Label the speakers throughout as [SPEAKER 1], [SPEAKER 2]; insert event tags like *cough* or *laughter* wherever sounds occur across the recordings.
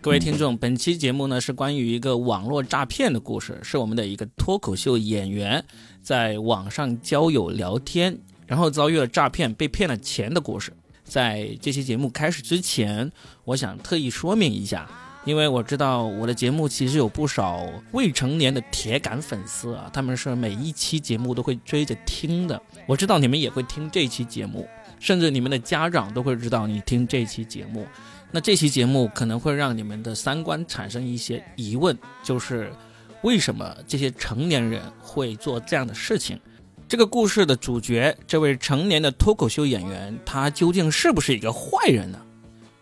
[SPEAKER 1] 各位听众，本期节目呢是关于一个网络诈骗的故事，是我们的一个脱口秀演员在网上交友聊天，然后遭遇了诈骗，被骗了钱的故事。在这期节目开始之前，我想特意说明一下，因为我知道我的节目其实有不少未成年的铁杆粉丝啊，他们是每一期节目都会追着听的。我知道你们也会听这期节目，甚至你们的家长都会知道你听这期节目。那这期节目可能会让你们的三观产生一些疑问，就是为什么这些成年人会做这样的事情？这个故事的主角，这位成年的脱口秀演员，他究竟是不是一个坏人呢？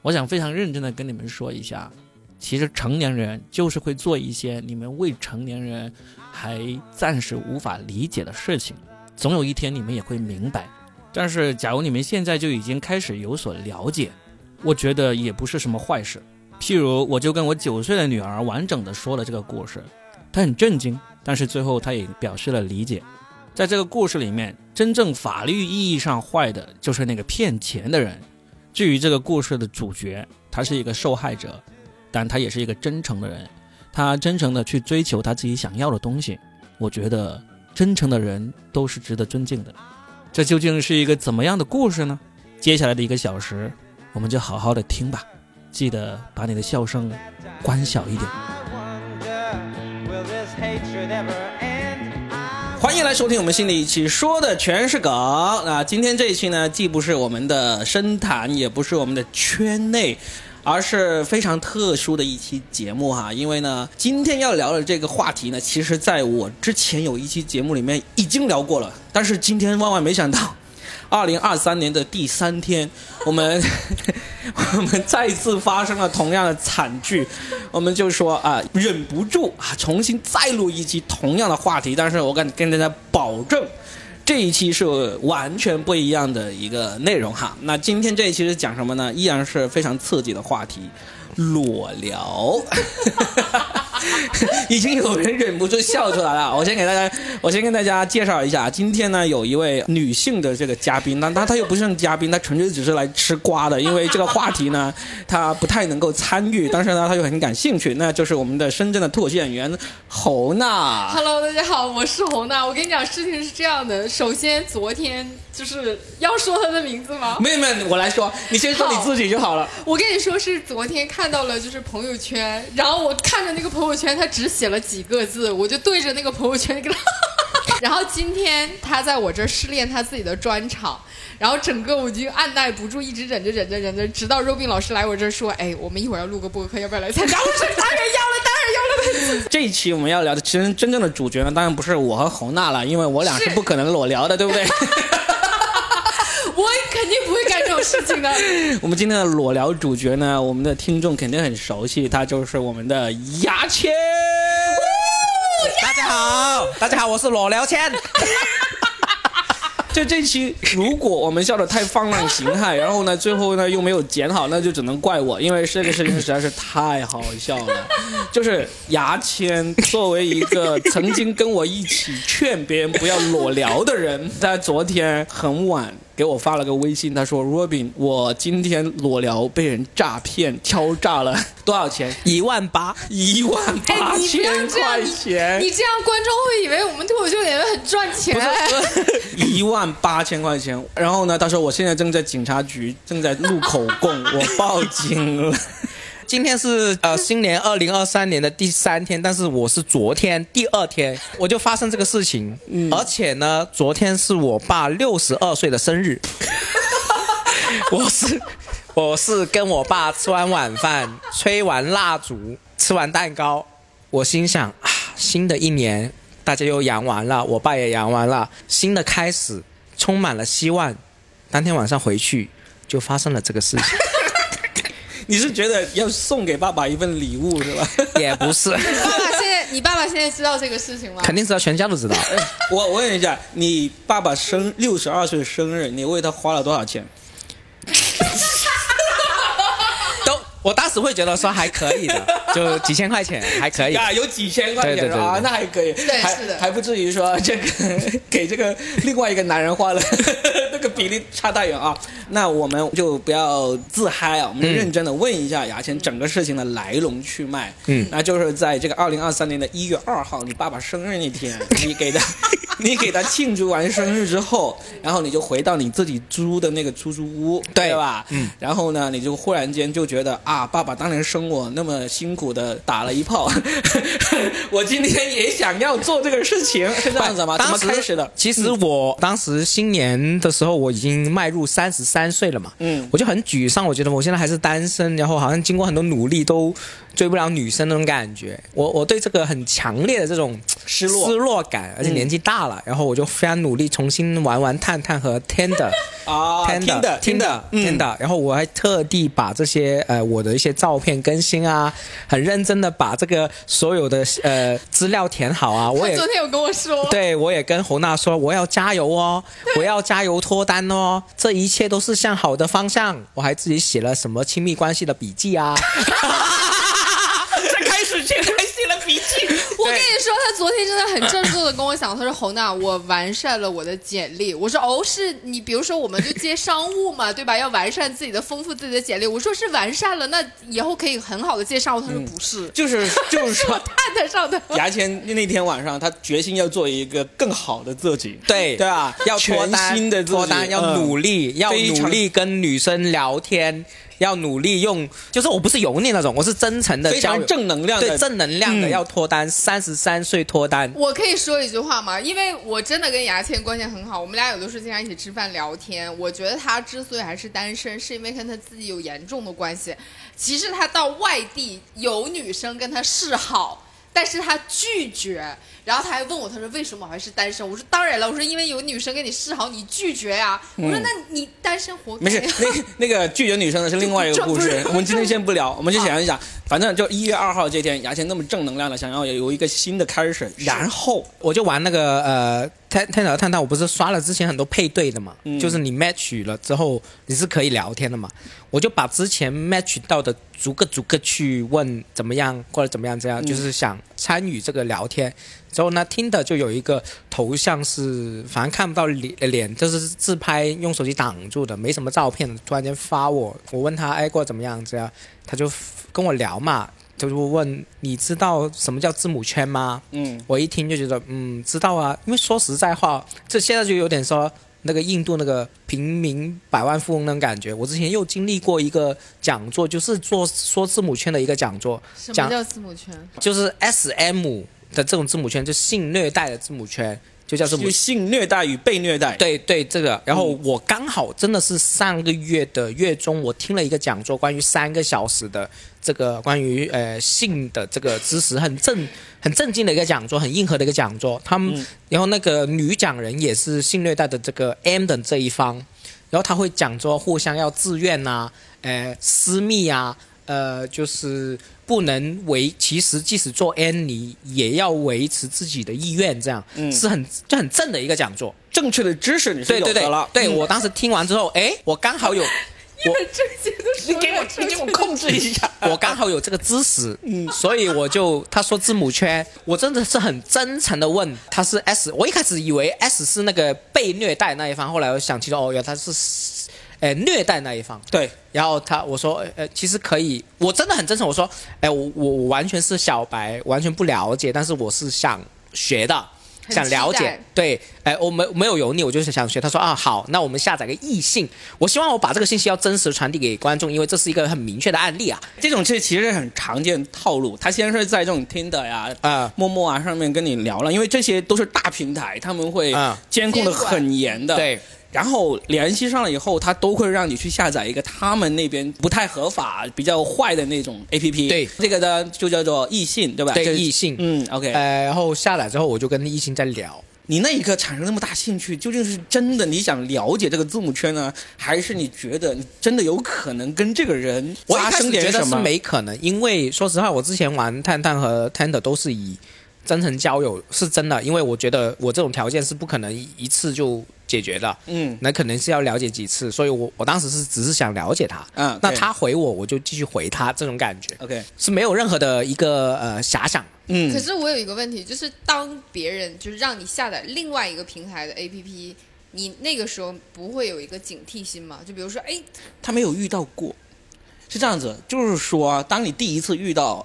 [SPEAKER 1] 我想非常认真的跟你们说一下，其实成年人就是会做一些你们未成年人还暂时无法理解的事情，总有一天你们也会明白。但是，假如你们现在就已经开始有所了解，我觉得也不是什么坏事。譬如，我就跟我九岁的女儿完整的说了这个故事，她很震惊，但是最后她也表示了理解。在这个故事里面，真正法律意义上坏的就是那个骗钱的人。至于这个故事的主角，他是一个受害者，但他也是一个真诚的人，他真诚的去追求他自己想要的东西。我觉得真诚的人都是值得尊敬的。这究竟是一个怎么样的故事呢？接下来的一个小时，我们就好好的听吧。记得把你的笑声关小一点。欢迎来收听我们新的一期，说的全是梗啊！今天这一期呢，既不是我们的深谈，也不是我们的圈内。而是非常特殊的一期节目哈，因为呢，今天要聊的这个话题呢，其实在我之前有一期节目里面已经聊过了，但是今天万万没想到，二零二三年的第三天，我们 *laughs* 我们再次发生了同样的惨剧，我们就说啊，忍不住啊，重新再录一期同样的话题，但是我敢跟大家保证。这一期是完全不一样的一个内容哈。那今天这一期是讲什么呢？依然是非常刺激的话题，裸聊。 *laughs* 已经有人忍不住笑出来了。我先给大家，我先跟大家介绍一下，今天呢有一位女性的这个嘉宾，那她她又不是嘉宾，她纯粹只是来吃瓜的，因为这个话题呢她不太能够参与，但是呢她又很感兴趣，那就是我们的深圳的脱口秀演员侯娜。
[SPEAKER 2] Hello，大家好，我是红娜。我跟你讲，事情是这样的，首先昨天就是要说他的名字吗？
[SPEAKER 1] 妹妹，我来说，你先说你自己就好了。
[SPEAKER 2] 我跟你说是昨天看到了，就是朋友圈，然后我看着那个朋友圈，他只写了几个字，我就对着那个朋友圈跟他。 *laughs* 然后今天他在我这儿试炼他自己的专场，然后整个我就按耐不住，一直忍着忍着忍着，直到肉饼老师来我这儿说：“哎，我们一会儿要录个播客，要不要来参加？”我说：“当然要了，当然要了。 *laughs*
[SPEAKER 1] 这一期我们要聊的，其实真正的主角呢，当然不是我和侯娜了，因为我俩是
[SPEAKER 2] 是
[SPEAKER 1] 不可能裸聊的，对不对？
[SPEAKER 2] 我肯定不会干这种事情的。”
[SPEAKER 1] 我们今天的裸聊主角呢，我们的听众肯定很熟悉，他就是我们的牙签。
[SPEAKER 3] 大家好，大家好，我是裸聊签。
[SPEAKER 1] 就这期，如果我们笑得太放浪形骸，然后呢，最后呢又没有剪好，那就只能怪我，因为这个事情实在是太好笑了。 *laughs* 就是牙签作为一个曾经跟我一起劝别人不要裸聊的人，在昨天很晚。给我发了个微信，他说：“Robin，我今天裸聊被人诈骗，敲诈了多少钱？
[SPEAKER 3] 一万八，
[SPEAKER 1] 一万八
[SPEAKER 2] 哎，你不要
[SPEAKER 1] 千
[SPEAKER 2] 这样
[SPEAKER 1] 块钱。
[SPEAKER 2] 你这样观众会以为我们脱口秀演员很赚钱。
[SPEAKER 1] *laughs* 一万八千块钱。然后呢，他说我现在正在警察局，正在录口供，我报警了。
[SPEAKER 3] 今天是呃新年二零二三年的第三天，但是我是昨天第二天我就发生这个事情，而且呢，昨天是我爸六十二岁的生日， *laughs* 我是我是跟我爸吃完晚饭，吹完蜡烛，吃完蛋糕，我心想啊，新的一年大家又阳完了，我爸也阳完了，新的开始充满了希望。当天晚上回去就发生了这个事情。
[SPEAKER 1] *laughs* 你是觉得要送给爸爸一份礼物 *laughs* 是吧？
[SPEAKER 3] 也不是，
[SPEAKER 2] 爸爸现在，你爸爸现在知道这个事情吗？
[SPEAKER 3] 肯定知道，全家都 *laughs* 知道。
[SPEAKER 1] 我我问一下，你爸爸生六十二岁生日，你为他花了多少钱？ *laughs*
[SPEAKER 3] 都，我当时会觉得说还可以的，就几千块钱还可以。
[SPEAKER 1] 啊，有几千块
[SPEAKER 3] 对对
[SPEAKER 1] 钱
[SPEAKER 3] 对对
[SPEAKER 1] 啊，那还可以，
[SPEAKER 2] 对
[SPEAKER 1] 还
[SPEAKER 2] 是的
[SPEAKER 1] 还不至于说这个给这个另外一个男人花了 *laughs* 那个比例差太远啊。那我们就不要自嗨啊，我们认真的问一下牙签整个事情的来龙去脉。
[SPEAKER 3] 嗯
[SPEAKER 1] 那就是在这个二零二三年的一月二号，你爸爸生日那
[SPEAKER 3] *laughs*
[SPEAKER 1] 天，你给他 *laughs* 你给他庆祝完生日之后，然后你就回到你自己租的那个出租屋，
[SPEAKER 3] 对
[SPEAKER 1] 对吧？嗯，然后呢，你就忽然间就觉得啊，爸爸当年生我那么辛苦的打了一炮， *laughs* 我今天也想要做这个事情，是这样子吗？怎
[SPEAKER 3] 当
[SPEAKER 1] 么
[SPEAKER 3] 时
[SPEAKER 1] 开始的？嗯
[SPEAKER 3] 其实我当时新年的时候，我已经迈入三十三岁了嘛，
[SPEAKER 1] 嗯
[SPEAKER 3] 我就很沮丧，我觉得我现在还是单身，然后好像经过很多努力都追不了女生那种感觉，我我对这个很强烈的这种
[SPEAKER 1] 失落嗯
[SPEAKER 3] 失落感，而且年纪大了，然后我就非常努力重新玩玩探探
[SPEAKER 1] *laughs*
[SPEAKER 3] 和 Tender。
[SPEAKER 1] 啊，听的
[SPEAKER 3] 听的
[SPEAKER 1] 的嗯
[SPEAKER 3] 听的，然后我还特地把这些呃我的一些照片更新啊，很认真的把这个所有的呃资料填好啊，我
[SPEAKER 2] 他
[SPEAKER 3] 也
[SPEAKER 2] 昨天有跟我说，
[SPEAKER 3] 对，我也跟侯娜说，我要加油哦，我要加油脱单哦，这一切都是向好的方向。我还自己写了什么亲密关系的笔
[SPEAKER 1] *laughs*
[SPEAKER 3] 记啊，
[SPEAKER 1] 嗯这开始前还写了笔记，
[SPEAKER 2] 我跟你说，他昨天真的很郑重的跟我讲，他说：“侯娜，我完善了我的简历。”我说：“哦，是你，比如说我们就接商务嘛，对吧？要完善自己的、丰富自己的简历。”我说：“是完善了，那以后可以很好的介绍。”他说：“不是，
[SPEAKER 1] 就是就是
[SPEAKER 2] 是
[SPEAKER 1] *laughs*
[SPEAKER 2] 我
[SPEAKER 1] 说。
[SPEAKER 2] 看得上的。”
[SPEAKER 1] 牙签那天晚上，他决心要做一个更好的自己，
[SPEAKER 3] 对啊
[SPEAKER 1] 对吧？
[SPEAKER 3] 要脱
[SPEAKER 1] 全
[SPEAKER 3] 单，
[SPEAKER 1] 新的自己嗯
[SPEAKER 3] 脱单要努
[SPEAKER 1] 力。
[SPEAKER 3] 力，要
[SPEAKER 1] 非常
[SPEAKER 3] 努力跟女生聊天，要努力用，就是我不是油腻那种，我是真诚的
[SPEAKER 1] 非
[SPEAKER 3] 交
[SPEAKER 1] 常
[SPEAKER 3] 友，
[SPEAKER 1] 正能量的
[SPEAKER 3] 对正能量的、
[SPEAKER 1] 嗯
[SPEAKER 3] 要脱单，三十三岁脱单，
[SPEAKER 2] 我可以说一句话吗？因为我真的跟牙签关系很好，我们俩有的时候经常一起吃饭聊天。我觉得他之所以还是单身，是因为跟他自己有严重的关系。其实他到外地有女生跟他示好，但是他拒绝。然后他还问我，他说为什么我还是单身？我说当然了，我说因为有女生跟你示好，你拒绝呀、我说那你单身活该。
[SPEAKER 1] 嗯没事，那 *laughs* 那个拒绝女生的是另外一个故 *laughs*
[SPEAKER 2] 这不
[SPEAKER 1] 事
[SPEAKER 2] 是，
[SPEAKER 1] 我们今天先不聊，我们就想一想，反正就一月二号这天，牙签那么正能量的，想要有一个新的开始，然后
[SPEAKER 3] 我就玩那个呃探探讨探探，我不是刷了之前很多配对的嘛，就是你 match 了之后你是可以聊天的嘛，我就把之前 match 到的逐个逐个去问怎么样或者怎么样这样，就是想参与这个聊天。之后呢，听的就有一个头像是反正看不到脸脸，就是自拍用手机挡住的，没什么照片的，突然间发我，我问他哎过得怎么样这样，他就跟我聊嘛。就是问你知道什么叫字母圈吗？
[SPEAKER 1] 嗯，
[SPEAKER 3] 我一听就觉得，嗯，知道啊，因为说实在话，这现在就有点说那个印度那个平民百万富翁那种感觉。我之前又经历过一个讲座，就是做说字母圈的一个讲座，
[SPEAKER 2] *laughs* 什么
[SPEAKER 3] 讲
[SPEAKER 2] 叫字母圈？
[SPEAKER 3] 就是 S M 的这种字母圈，就性虐待的字母圈，就叫字母
[SPEAKER 1] 就性虐待与被虐待，
[SPEAKER 3] 对对，这个。然后我刚好真的是上个月的月中，我听了一个讲座，关于三个小时的这个关于呃性的这个知识，很正很正经的一个讲座，很硬核的一个讲座。他们，然后那个女讲人也是性虐待的这个 M 的这一方，然后他会讲说互相要自愿呐、呃私密啊，呃就是不能维，其实即使做 N 你也要维持自己的意愿，这样、是很就很正的一个讲座。
[SPEAKER 1] 正确的知识你是
[SPEAKER 3] 对
[SPEAKER 1] 有
[SPEAKER 3] 对对
[SPEAKER 1] 的了，，
[SPEAKER 3] 对
[SPEAKER 1] 嗯
[SPEAKER 3] 我当时听完之后，哎，
[SPEAKER 1] *laughs*
[SPEAKER 3] 我刚好有，我
[SPEAKER 2] *laughs* 正经的说，
[SPEAKER 1] 你给我 *laughs* 你给 *laughs* 我控制一下，
[SPEAKER 3] 我刚好有这个知识，
[SPEAKER 1] 嗯
[SPEAKER 3] 所以我就他说字母圈，我真的是很真诚的问他是 S，我一开始以为 S 是那个被虐待那一方，后来我想清楚，哦，原来他是，呃，虐待那一方。
[SPEAKER 1] 对，
[SPEAKER 3] 然后他我说，呃，其实可以，我真的很真诚，我说，哎，我我我完全是小白，完全不了解，但是我是想学的。
[SPEAKER 2] 很
[SPEAKER 3] 想了
[SPEAKER 2] 期
[SPEAKER 3] 解
[SPEAKER 2] 待，
[SPEAKER 3] 对，哎，我没没有油腻，我就是想学。他说啊，好，那我们下载个异性，我希望我把这个信息要真实传递给观众，因为这是一个很明确的案例啊。
[SPEAKER 1] 这种其实其实很常见套路，他先是在这种 Tinder 呀、
[SPEAKER 3] 啊
[SPEAKER 1] 陌陌啊上面跟你聊了，因为这些都是大平台，他们会
[SPEAKER 3] 啊
[SPEAKER 1] 监控的
[SPEAKER 2] 监管
[SPEAKER 1] 很严的。
[SPEAKER 3] 对。
[SPEAKER 1] 然后联系上了以后，他都会让你去下载一个他们那边不太合法、比较坏的那种 A P P。
[SPEAKER 3] 对
[SPEAKER 1] 这个呢就叫做异性，对吧？
[SPEAKER 3] 对
[SPEAKER 1] 这是
[SPEAKER 3] 异性
[SPEAKER 1] 嗯，OK。
[SPEAKER 3] 呃，然后下载之后，我就跟异性在聊，
[SPEAKER 1] 你那一刻产生那么大兴趣，究竟是真的你想了解这个字母圈呢，还是你觉得你真的有可能跟这个人
[SPEAKER 3] 我一
[SPEAKER 1] 发
[SPEAKER 3] 开
[SPEAKER 1] 生
[SPEAKER 3] 始觉
[SPEAKER 1] 点
[SPEAKER 3] 得
[SPEAKER 1] 什
[SPEAKER 3] 是
[SPEAKER 1] 么？
[SPEAKER 3] 没可能，因为说实话，我之前玩探探和 Tender 都是以真诚交友是真的，因为我觉得我这种条件是不可能一一次就解决的，
[SPEAKER 1] 嗯
[SPEAKER 3] 那可能是要了解几次，所以我我当时是只是想了解他，
[SPEAKER 1] 嗯
[SPEAKER 3] 那
[SPEAKER 1] 对
[SPEAKER 3] 他回我我就继续回他，这种感觉
[SPEAKER 1] ，OK，
[SPEAKER 3] 是没有任何的一个呃遐想，
[SPEAKER 1] 嗯，
[SPEAKER 2] 可是我有一个问题，就是当别人就是让你下载另外一个平台的 APP，你那个时候不会有一个警惕心吗？就比如说，哎，
[SPEAKER 1] 他没有遇到过，是这样子，就是说，当你第一次遇到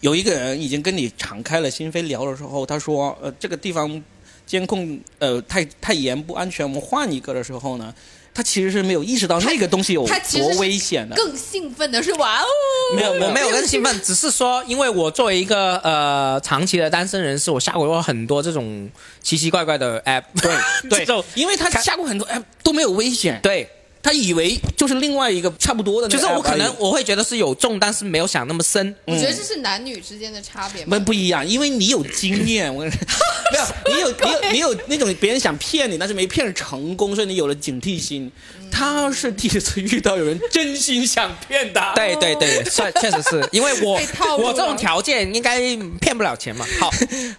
[SPEAKER 1] 有一个人已经跟你敞开了心扉聊的时候，他说，呃，这个地方监控呃太太严不安全，我们换一个的时候呢，他其实是没有意识到
[SPEAKER 2] 他
[SPEAKER 1] 那个东西有
[SPEAKER 2] 他其实
[SPEAKER 1] 多
[SPEAKER 2] 是
[SPEAKER 1] 危险的，
[SPEAKER 2] 更兴奋的是，哇哦，
[SPEAKER 1] 没有
[SPEAKER 3] 我没有
[SPEAKER 2] 没有
[SPEAKER 3] 更兴奋，只是说，因为我作为一个呃长期的单身人士，我下过过很多这种奇奇怪怪的 app，
[SPEAKER 1] 对
[SPEAKER 3] *laughs* 这种
[SPEAKER 1] 对，因为他下过很多 app 都没有危险，
[SPEAKER 3] 对，
[SPEAKER 1] 他以为就是另外一个差不多的那
[SPEAKER 3] 就
[SPEAKER 1] 个 app 而已，
[SPEAKER 3] 是我可能我会觉得是有中，但是没有想那么深。
[SPEAKER 2] 我觉得这是男女之间的差别
[SPEAKER 1] 不
[SPEAKER 2] 吗？
[SPEAKER 1] 不一样，因为你有经验，
[SPEAKER 3] *laughs*
[SPEAKER 1] 我跟你说没有，你有你有你有那种别人想骗你，但是没骗成功，所以你有了警惕心。他是第一次遇到有人真心想骗他，
[SPEAKER 3] 对对对，确确实 *laughs* 是因为我
[SPEAKER 2] 被套路了
[SPEAKER 3] 我这种条件应该骗不了钱嘛。 *laughs* 好，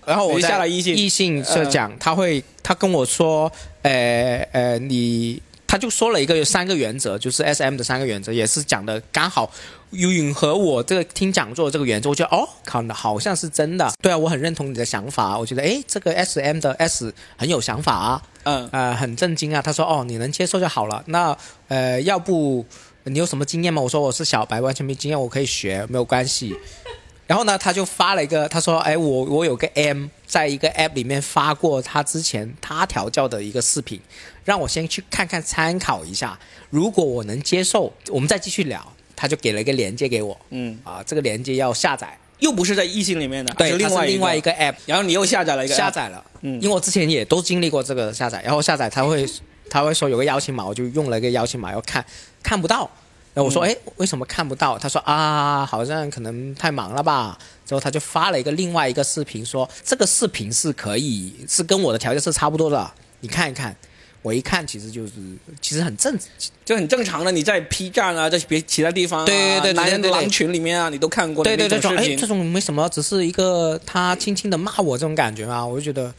[SPEAKER 3] 然后我
[SPEAKER 1] 你
[SPEAKER 3] 在
[SPEAKER 1] 下了异性
[SPEAKER 3] 异性就讲，他会他跟我说，呃呃，你他就说了一个有三个原则，就是 S M 的三个原则，也是讲的刚好允和我这个听讲座这个原则，我觉得哦，靠，好像是真的。对啊，我很认同你的想法，啊我觉得诶，这个 S M 的 S 很有想法啊。
[SPEAKER 1] 嗯，
[SPEAKER 3] 呃，很震惊啊。他说：“哦，你能接受就好了。那呃，要不你有什么经验吗？”我说：“我是小白，完全没经验，我可以学，没有关系。” *laughs* 然后呢，他就发了一个，他说：“哎，我我有个 M 在一个 App 里面发过他之前他调教的一个视频，让我先去看看参考一下。如果我能接受，我们再继续聊。”他就给了一个链接给我，
[SPEAKER 1] 嗯
[SPEAKER 3] 啊，这个链接要下载，
[SPEAKER 1] 又不是在异性里面的，
[SPEAKER 3] 对，
[SPEAKER 1] 是
[SPEAKER 3] 它
[SPEAKER 1] 另外
[SPEAKER 3] 是另外一
[SPEAKER 1] 个，
[SPEAKER 3] 个 App。
[SPEAKER 1] 然后你又下载了一个 app
[SPEAKER 3] 下，载了，
[SPEAKER 1] 嗯
[SPEAKER 3] 因为我之前也都经历过这个下载，然后下载他 *laughs* 会他会说有个邀请码，我就用了一个邀请码，要看看不到。然后我说，哎、为什么看不到？他说啊，好像可能太忙了吧。之后他就发了一个另外一个视频说，这个视频是可以是跟我的条件是差不多的，你看一看。我一看，其实就是其实很正，
[SPEAKER 1] 就很正常的。你在 P 站啊，在别其他地方啊，
[SPEAKER 3] 对对对对
[SPEAKER 1] 男人
[SPEAKER 3] 对对
[SPEAKER 1] 狼群里面啊，你都看过的
[SPEAKER 3] 对对，
[SPEAKER 1] 那
[SPEAKER 3] 这
[SPEAKER 1] 种
[SPEAKER 3] 种
[SPEAKER 1] 视
[SPEAKER 3] 哎，
[SPEAKER 1] 频
[SPEAKER 3] 这种没什么，只是一个他轻轻的骂我这种感觉啊嘛，我就觉得，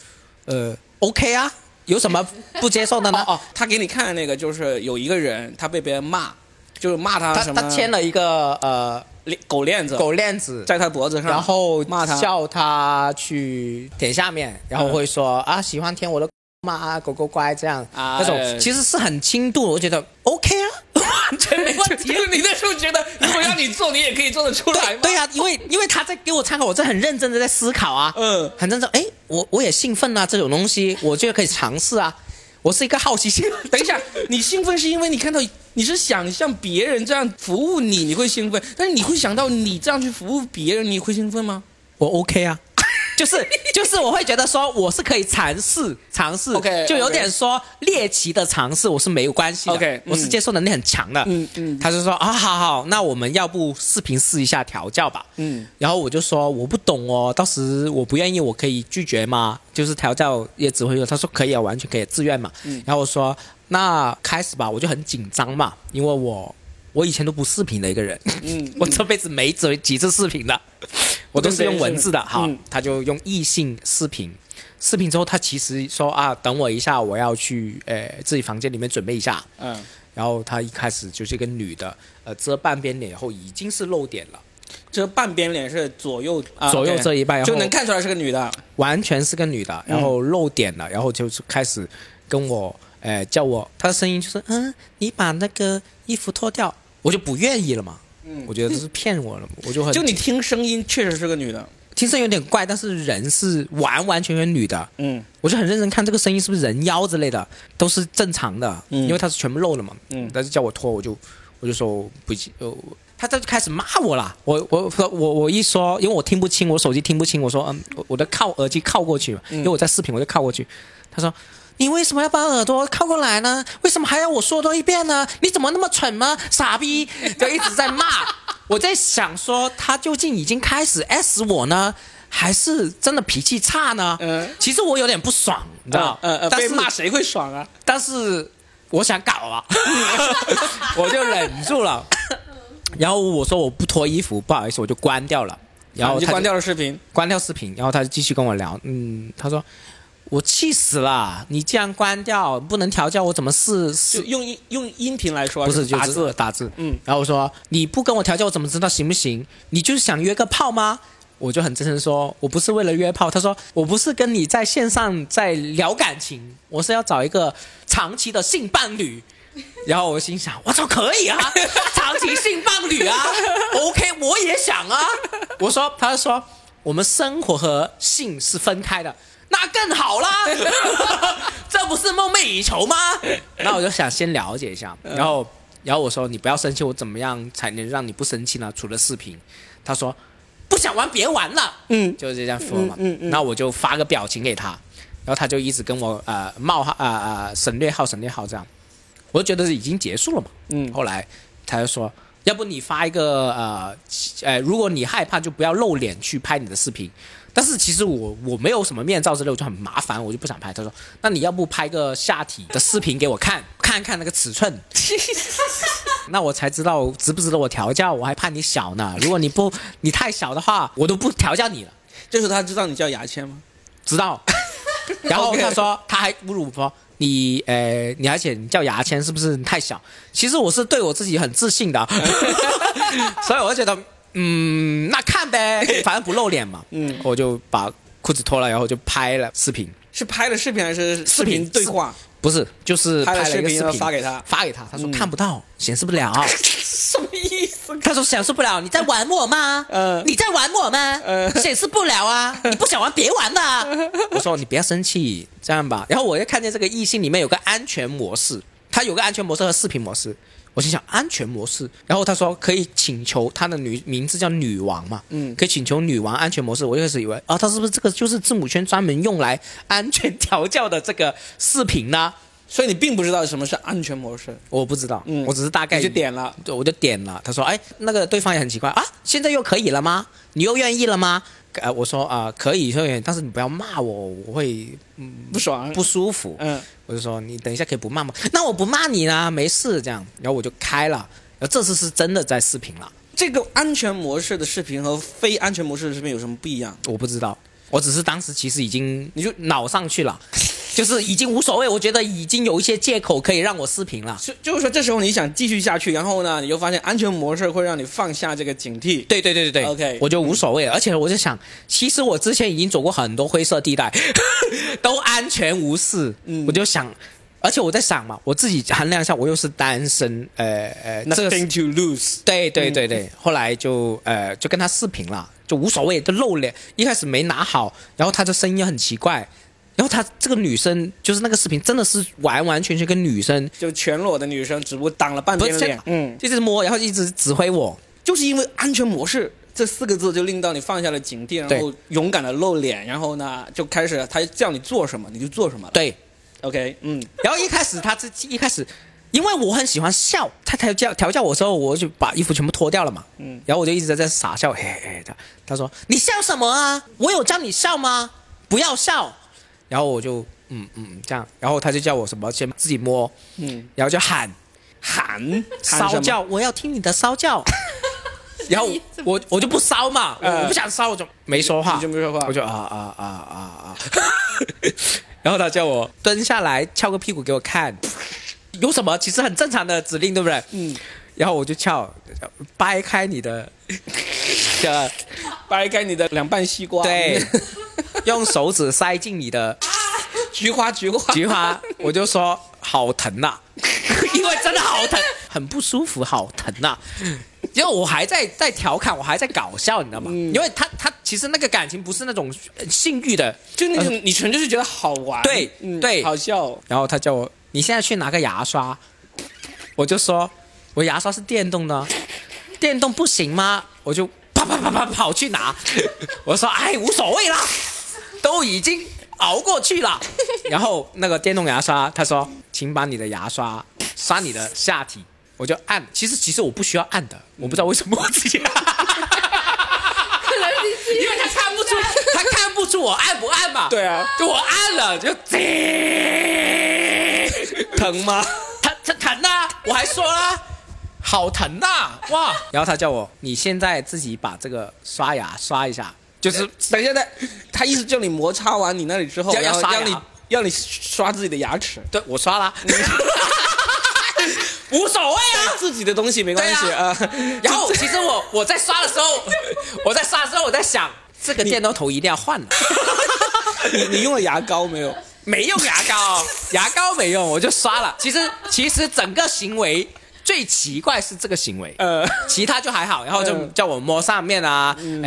[SPEAKER 3] 呃，OK 啊，有什么不接受的呢？
[SPEAKER 1] 哦，他给你看的那个就是有一个人，他被别人骂，就是骂他
[SPEAKER 3] 他
[SPEAKER 1] 啊什么，
[SPEAKER 3] 他牵了一个呃
[SPEAKER 1] 链狗链子
[SPEAKER 3] 狗链子，
[SPEAKER 1] 在他脖子上，
[SPEAKER 3] 然后
[SPEAKER 1] 骂他
[SPEAKER 3] 叫他去舔下面，然后会说、啊喜欢舔我的吗？啊狗狗乖这样、
[SPEAKER 1] 啊
[SPEAKER 3] 那
[SPEAKER 1] 对
[SPEAKER 3] 种，其实是很轻度，我觉得 OK
[SPEAKER 1] *laughs*
[SPEAKER 3] 啊，完全没问题。
[SPEAKER 1] 就是你那时候觉 *laughs* 得，如果让你做，你也可以做得出来吗？
[SPEAKER 3] 对啊呀、因为因为他在给我参考，我在很认真的在思考啊，
[SPEAKER 1] 嗯
[SPEAKER 3] 很认真。哎，我我也兴奋啊，这种东西我觉得可以尝试啊，我是一个好奇心。
[SPEAKER 1] 等一下，你兴奋是因为你看到你是想像别人这样服务你，你会兴奋，但是你会想到你这样去服务别人，你会兴奋吗？
[SPEAKER 3] 我 OK 啊， *laughs* 就是就是我会觉得说我是可以尝试尝试
[SPEAKER 1] OK，
[SPEAKER 3] 就有
[SPEAKER 1] OK
[SPEAKER 3] 点说猎奇的尝试我是没有关系的
[SPEAKER 1] OK，嗯
[SPEAKER 3] 我是接受能力很强的，
[SPEAKER 1] 嗯嗯
[SPEAKER 3] 他就说啊好好，那我们要不视频试一下调教吧，
[SPEAKER 1] 嗯，
[SPEAKER 3] 然后我就说我不懂哦，当时我不愿意，我可以拒绝吗？就是调教也只会有，他说可以啊，完全可以自愿嘛，
[SPEAKER 1] 嗯
[SPEAKER 3] 然后我说那开始吧，我就很紧张嘛，因为我。我以前都不视频的一个人，嗯， *laughs* 我这辈子没几几次视频的，我都是用文字的。好，
[SPEAKER 1] 嗯
[SPEAKER 3] 他就用异性视频，视频之后他其实说啊，等我一下，我要去呃自己房间里面准备一下。
[SPEAKER 1] 嗯，
[SPEAKER 3] 然后他一开始就是一个女的，呃，遮半边脸以后已经是露点了，
[SPEAKER 1] 这半边脸是左右啊
[SPEAKER 3] 左右
[SPEAKER 1] OK
[SPEAKER 3] 这一半然后
[SPEAKER 1] 就能看出来是个女的。
[SPEAKER 3] 完全是个女的，
[SPEAKER 1] 嗯
[SPEAKER 3] 然后露点了，然后就是开始跟我，呃，叫我，她的声音就是，嗯，你把那个衣服脱掉，我就不愿意了嘛。我觉得这是骗我了，我就
[SPEAKER 1] 嗯
[SPEAKER 3] 很
[SPEAKER 1] 就你听声音，确实是个女的。
[SPEAKER 3] 听声有点怪，但是人是完完全全女的，
[SPEAKER 1] 嗯
[SPEAKER 3] 我就很认真看这个声音是不是人妖之类的，都是正常的，
[SPEAKER 1] 嗯
[SPEAKER 3] 因为它是全部露了嘛。
[SPEAKER 1] 嗯
[SPEAKER 3] 但是叫我脱，我就我就说我不行，呃，我他他就开始骂我啦。我我我我一说，因为我听不清，我手机听不清，我说嗯，我我的靠耳机靠过去嘛，
[SPEAKER 1] 嗯
[SPEAKER 3] 因为我在视频，我就靠过去。他说。你为什么要把耳朵靠过来呢？为什么还要我说多一遍呢？你怎么那么蠢吗？傻逼！就一直在骂。 *laughs* 我在想说，他究竟已经开始 S 我呢，还是真的脾气差呢？
[SPEAKER 1] 嗯
[SPEAKER 3] 其实我有点不爽，你知道
[SPEAKER 1] 啊，呃呃，
[SPEAKER 3] 但
[SPEAKER 1] 被
[SPEAKER 3] 是
[SPEAKER 1] 骂谁会爽啊？
[SPEAKER 3] 但是我想搞
[SPEAKER 1] *laughs*
[SPEAKER 3] 啊，我就忍住了。然后我说我不脱衣服，不好意思，我就关掉了。然后
[SPEAKER 1] 啊你
[SPEAKER 3] 他
[SPEAKER 1] 就关掉了视频。
[SPEAKER 3] 关掉视频，然后他就继续跟我聊，嗯，他说我气死了！你既然关掉，不能调教，我怎么试
[SPEAKER 1] 就
[SPEAKER 3] 试？
[SPEAKER 1] 用音用音频来说，
[SPEAKER 3] 不是，就
[SPEAKER 1] 打
[SPEAKER 3] 是
[SPEAKER 1] 字，
[SPEAKER 3] 打字。
[SPEAKER 1] 嗯，
[SPEAKER 3] 然后我说你不跟我调教，我怎么知道行不行？你就是想约个炮吗？我就很真诚地说，我不是为了约炮。他说我不是跟你在线上在聊感情，我是要找一个长期的性伴侣。然后我心想，我操，可 *laughs* 以啊，长期性伴侣啊，OK，我也想啊。我说，他就说我们生活和性是分开的，那更好啦， *laughs* 这不是梦寐以求吗？然后我就想先了解一下，然后，然后我说你不要生气，我怎么样才能让你不生气呢？除了视频，他说不想玩别玩了，嗯，就是这样说嘛，嗯嗯，那、我就发个表情给他，然后他就一直跟我呃冒号啊啊、呃、省略号省略号这样。我就觉得已经结束了嘛。嗯，后来他就说，要不你发一个呃呃，如果你害怕，就不要露脸去拍你的视频。但是其实我我没有什么面罩之类，我就很麻烦，我就不想拍。他说，那你要不拍个下体的视频给我看，看看那个尺寸。那我才知道值不值得我调教，我还怕你小呢。如果你不你太小的话，我都不调教你了。
[SPEAKER 1] 这时候他知道你叫牙签吗？*laughs*
[SPEAKER 3] 知道。然后他说，他还侮辱我说你，呃，你而且你叫牙签是不是你太小？其实我是对我自己很自
[SPEAKER 1] *laughs*
[SPEAKER 3] 信的，所以我就觉得，嗯，那看呗，
[SPEAKER 1] *laughs*
[SPEAKER 3] 反正不露脸嘛。嗯，我就把裤子脱了，然后就拍了视频，
[SPEAKER 1] 是拍的视频还是
[SPEAKER 3] 视频
[SPEAKER 1] 对话？
[SPEAKER 3] 不是，就是
[SPEAKER 1] 拍
[SPEAKER 3] 拍
[SPEAKER 1] 了
[SPEAKER 3] 了一个
[SPEAKER 1] 视频
[SPEAKER 3] 视
[SPEAKER 1] 然后
[SPEAKER 3] 频
[SPEAKER 1] 发给他嗯
[SPEAKER 3] 发给他，他说看不到，显示不了。
[SPEAKER 1] 什么意思？
[SPEAKER 3] *laughs* 他说显示不了，你在玩我吗？
[SPEAKER 1] 呃
[SPEAKER 3] 你在玩我吗？
[SPEAKER 1] 呃
[SPEAKER 3] 显示不了 *laughs* 啊，你不想玩别玩了啊。我说你不要生气，这样吧。然后我就看见这个异性里面有个安全模式，它有个安全模式和视频模式。我心想安全模式，然后他说可以请求他的女名字叫女王嘛，嗯，可以请求女王安全模式。我一开始以为啊，他是不是这个就是字母圈专门用来安全调教的这个视频呢？
[SPEAKER 1] 所以你并不知道什么是安全模式，
[SPEAKER 3] 我不知道，
[SPEAKER 1] 嗯
[SPEAKER 3] 我只是大概
[SPEAKER 1] 你就点了，
[SPEAKER 3] 对，我就点了。他说，哎，那个对方也很奇怪啊，现在又可以了吗？你又愿意了吗？呃，我说啊、可以，可以，但是你不要骂我，我会
[SPEAKER 1] 不爽
[SPEAKER 3] 不舒服。
[SPEAKER 1] 嗯，
[SPEAKER 3] 我就说你等一下可以不骂吗？那我不骂你啦，没事这样。然后我就开了，然后这次是真的在视频了，
[SPEAKER 1] 这个安全模式的视频和非安全模式的视频有什么不一样？
[SPEAKER 3] 我不知道，我只是当时其实已经你就脑上去了，就是已经无所谓，我觉得已经有一些借口可以让我视频了。
[SPEAKER 1] 就就是说，这时候你想继续下去，然后呢，你就发现安全模式会让你放下这个警惕。
[SPEAKER 3] 对对对对对
[SPEAKER 1] OK
[SPEAKER 3] 我就无所谓了。而且我就想，其实我之前已经走过很多灰色地带， *laughs* 都安全无事。
[SPEAKER 1] 嗯
[SPEAKER 3] 我就想，而且我在想嘛，我自己衡量一下，我又是单身，呃呃，这个是
[SPEAKER 1] *laughs* Nothing to lose，
[SPEAKER 3] 对对对
[SPEAKER 1] 嗯
[SPEAKER 3] 对，后来就呃就跟他视频了，就无所谓，就露脸。一开始没拿好，然后他的声音又很奇怪，然后他这个女生就是那个视频真的是完完全全跟女生
[SPEAKER 1] 就全裸的女生，只不过挡了半
[SPEAKER 3] 不
[SPEAKER 1] 边
[SPEAKER 3] 是
[SPEAKER 1] 脸。
[SPEAKER 3] 嗯，一直摸，然后一直指挥我。
[SPEAKER 1] 就是因为安全模式这四个字，就令到你放下了警惕，然后勇敢的露脸，然后呢，就开始他叫你做什么你就做什么了。
[SPEAKER 3] 对，
[SPEAKER 1] ，OK，嗯，
[SPEAKER 3] 然后一开始他自己一开始，因为我很喜欢笑，他调教调教我的时候，我就把衣服全部脱掉了嘛。嗯，然后我就一直在这傻笑，嘿嘿嘿的。他说：“你笑什么啊？我有叫你笑吗？不要笑。”然后我就嗯嗯这样，然后他就叫我什么先自己摸，嗯，然后就喊
[SPEAKER 1] 喊喊什
[SPEAKER 3] 骚
[SPEAKER 1] 么
[SPEAKER 3] 叫，我要听你的骚叫。 *laughs* 然 *laughs* 后我我就不骚嘛，我
[SPEAKER 1] 呃
[SPEAKER 3] 我不想骚，我就没说话，
[SPEAKER 1] 你就没说话
[SPEAKER 3] 我就啊啊啊啊啊。 *laughs* 然后他叫我蹲下来，翘个屁股给我看，有什么？其实很正常的指令，对不对？嗯。然后我就翘，掰开你的 *laughs* 的，
[SPEAKER 1] 掰开你的两瓣西瓜，
[SPEAKER 3] 对，用手指塞进你的
[SPEAKER 1] *laughs* 菊花菊花
[SPEAKER 3] 菊花，我就说好疼
[SPEAKER 1] *laughs*
[SPEAKER 3] 呐、因为真的好疼，很不舒服，好疼呐、因为我还在在调侃，我还在搞笑，你知道吗？
[SPEAKER 1] 嗯
[SPEAKER 3] 因为他他其实那个感情不是那种呃性欲的，
[SPEAKER 1] *laughs* 就那
[SPEAKER 3] 呃
[SPEAKER 1] 种你纯粹是觉得好玩，
[SPEAKER 3] 对
[SPEAKER 1] 嗯
[SPEAKER 3] 对
[SPEAKER 1] 好笑，
[SPEAKER 3] 然后他叫我，你现在去拿个牙刷，我就说，我牙刷是电动的，电动不行吗？我就啪啪啪啪跑去拿，我说，哎，无所谓啦，都已经熬过去了。然后那个电动牙刷，他说，请把你的牙刷刷你的下体，我就按，其实其实我不需要按的，我不知道为什么我自己按。
[SPEAKER 2] 可能你自己
[SPEAKER 3] 因为他看不 *laughs* 出，他看不出我按不按嘛。
[SPEAKER 1] 对啊
[SPEAKER 3] 就我按了，就叮，
[SPEAKER 1] 疼吗？
[SPEAKER 3] *laughs* 疼疼疼呐、我还说啊啦、啊 *laughs* 好疼呐、哇！然后他叫我，你现在自己把这个刷牙刷一下，
[SPEAKER 1] 就是等一下在他意思叫你摩擦完你那里之后，
[SPEAKER 3] 要
[SPEAKER 1] 然后
[SPEAKER 3] 要刷
[SPEAKER 1] 让你
[SPEAKER 3] 牙
[SPEAKER 1] 让你刷自己的牙 *laughs* 齿，
[SPEAKER 3] 对我刷了，无所谓啊。 *laughs*
[SPEAKER 1] 自己的东西没
[SPEAKER 3] 对
[SPEAKER 1] 关系
[SPEAKER 3] 啊
[SPEAKER 1] 啊。 *laughs*
[SPEAKER 3] 然后其实我我在刷的时候，我在刷的时候我在想，这个电灯头一定要换了。 *laughs*
[SPEAKER 1] 你你用了牙膏没有？
[SPEAKER 3] 没用牙膏，牙膏没用，我就刷了。其实其实整个行为最奇怪是这个行为，
[SPEAKER 1] 呃，
[SPEAKER 3] 其他就还好。然后就
[SPEAKER 1] 嗯
[SPEAKER 3] 叫我摸上面啊，嗯、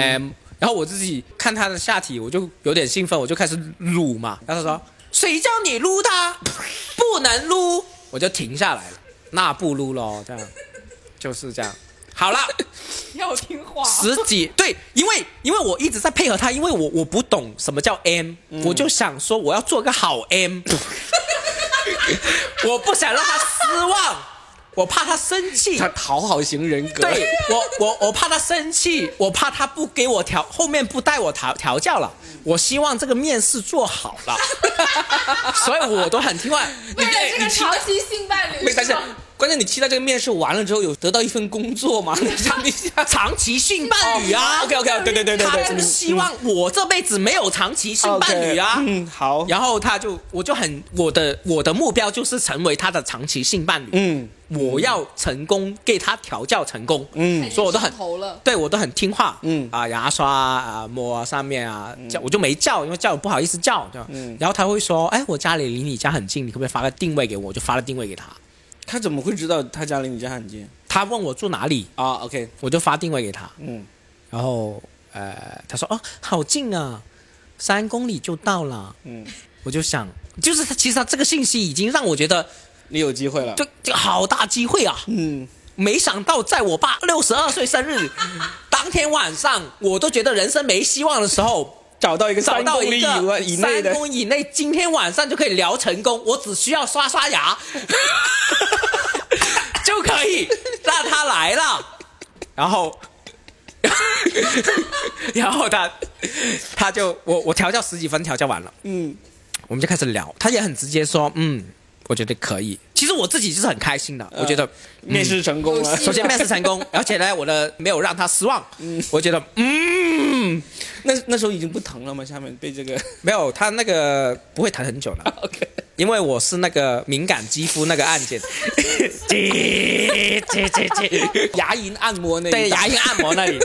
[SPEAKER 3] 然后我自己看他的下体，我就有点兴奋，我就开始撸嘛。然后他说：“谁叫你撸他？不能撸！”我就停下来了，那不撸咯，这样就是这样。好了。
[SPEAKER 2] 要听话。
[SPEAKER 3] *laughs* 十几对，因为因为我一直在配合他，因为我我不懂什么叫 M，、我
[SPEAKER 1] 嗯
[SPEAKER 3] 就想说我要做个好 M，我不想让他失望， *laughs* 我怕他生气
[SPEAKER 1] 他。讨好型人格，
[SPEAKER 3] 对我我我怕他生气，我怕他不给我调，后面不带我调调教了。我希望这个面试做好了， *laughs* 所以我都很听话。
[SPEAKER 2] 为了
[SPEAKER 3] 你
[SPEAKER 2] 这个长期性伴侣，
[SPEAKER 1] 没但是关键你期待这个面试完了之后有得到一份工作 *laughs* 吗？你想一下。
[SPEAKER 3] 长期性伴侣啊、
[SPEAKER 1] OK OK，对对哦对对嗯
[SPEAKER 3] 他
[SPEAKER 1] 对，
[SPEAKER 3] 这个希望我这辈子没有长期性伴侣啊。
[SPEAKER 1] 嗯，好，
[SPEAKER 3] 然后他就，我就很，我的我的目标就是成为他的长期性伴侣，
[SPEAKER 1] 嗯，
[SPEAKER 3] 我要成功给他调教成功，
[SPEAKER 1] 嗯，
[SPEAKER 3] 所以我都很
[SPEAKER 2] 上头了。
[SPEAKER 3] 对我都很听话，
[SPEAKER 1] 嗯
[SPEAKER 3] 啊，牙刷啊，摸啊上面啊，叫我就没叫，因为叫我不好意思叫，对吧？
[SPEAKER 1] 嗯
[SPEAKER 3] 然后他会说，哎，我家里离你家很近，你可不可以发个定位给我？我就发了定位给他，
[SPEAKER 1] 他怎么会知道他家离你家很近
[SPEAKER 3] 他问我住哪里，
[SPEAKER 1] 啊？OK，
[SPEAKER 3] 我就发定位给他，
[SPEAKER 1] 嗯，
[SPEAKER 3] 然后呃，他说哦，好近啊，三公里就到了，
[SPEAKER 1] 嗯，
[SPEAKER 3] 我就想，就是他其实他这个信息已经让我觉得。
[SPEAKER 1] 你有机会了。
[SPEAKER 3] 就就好大机会啊！
[SPEAKER 1] 嗯，
[SPEAKER 3] 没想到在我爸六十二岁生日当天晚上，我都觉得人生没希望的时候，
[SPEAKER 1] 找到一个
[SPEAKER 3] 找
[SPEAKER 1] 三
[SPEAKER 3] 到
[SPEAKER 1] 公
[SPEAKER 3] 一
[SPEAKER 1] 里以
[SPEAKER 3] 个
[SPEAKER 1] 外以内的
[SPEAKER 3] 三，公里以内，今天晚上就可以聊成功，我只需要刷刷牙 *laughs* 就可以让他来了，然后。 *laughs* 然后他，他就我我调教十几分调教完了，
[SPEAKER 1] 嗯，
[SPEAKER 3] 我们就开始聊，他也很直接说，嗯，我觉得可以。其实我自己就是很开心的，
[SPEAKER 1] 嗯
[SPEAKER 3] 我觉得
[SPEAKER 1] 面试成功了
[SPEAKER 2] 有。戏
[SPEAKER 3] 首先面试
[SPEAKER 1] *laughs*
[SPEAKER 3] 成 *laughs* 功，而且呢，我的没有让他失望。我觉得嗯，
[SPEAKER 1] 那那时候已经不疼了吗？下面被这个
[SPEAKER 3] 没有他那个不会谈很久了，
[SPEAKER 1] OK，
[SPEAKER 3] 因为我是那个敏感肌肤那个按键，
[SPEAKER 1] 牙龈按摩那一
[SPEAKER 3] 对
[SPEAKER 1] 档
[SPEAKER 3] 牙龈按摩那里。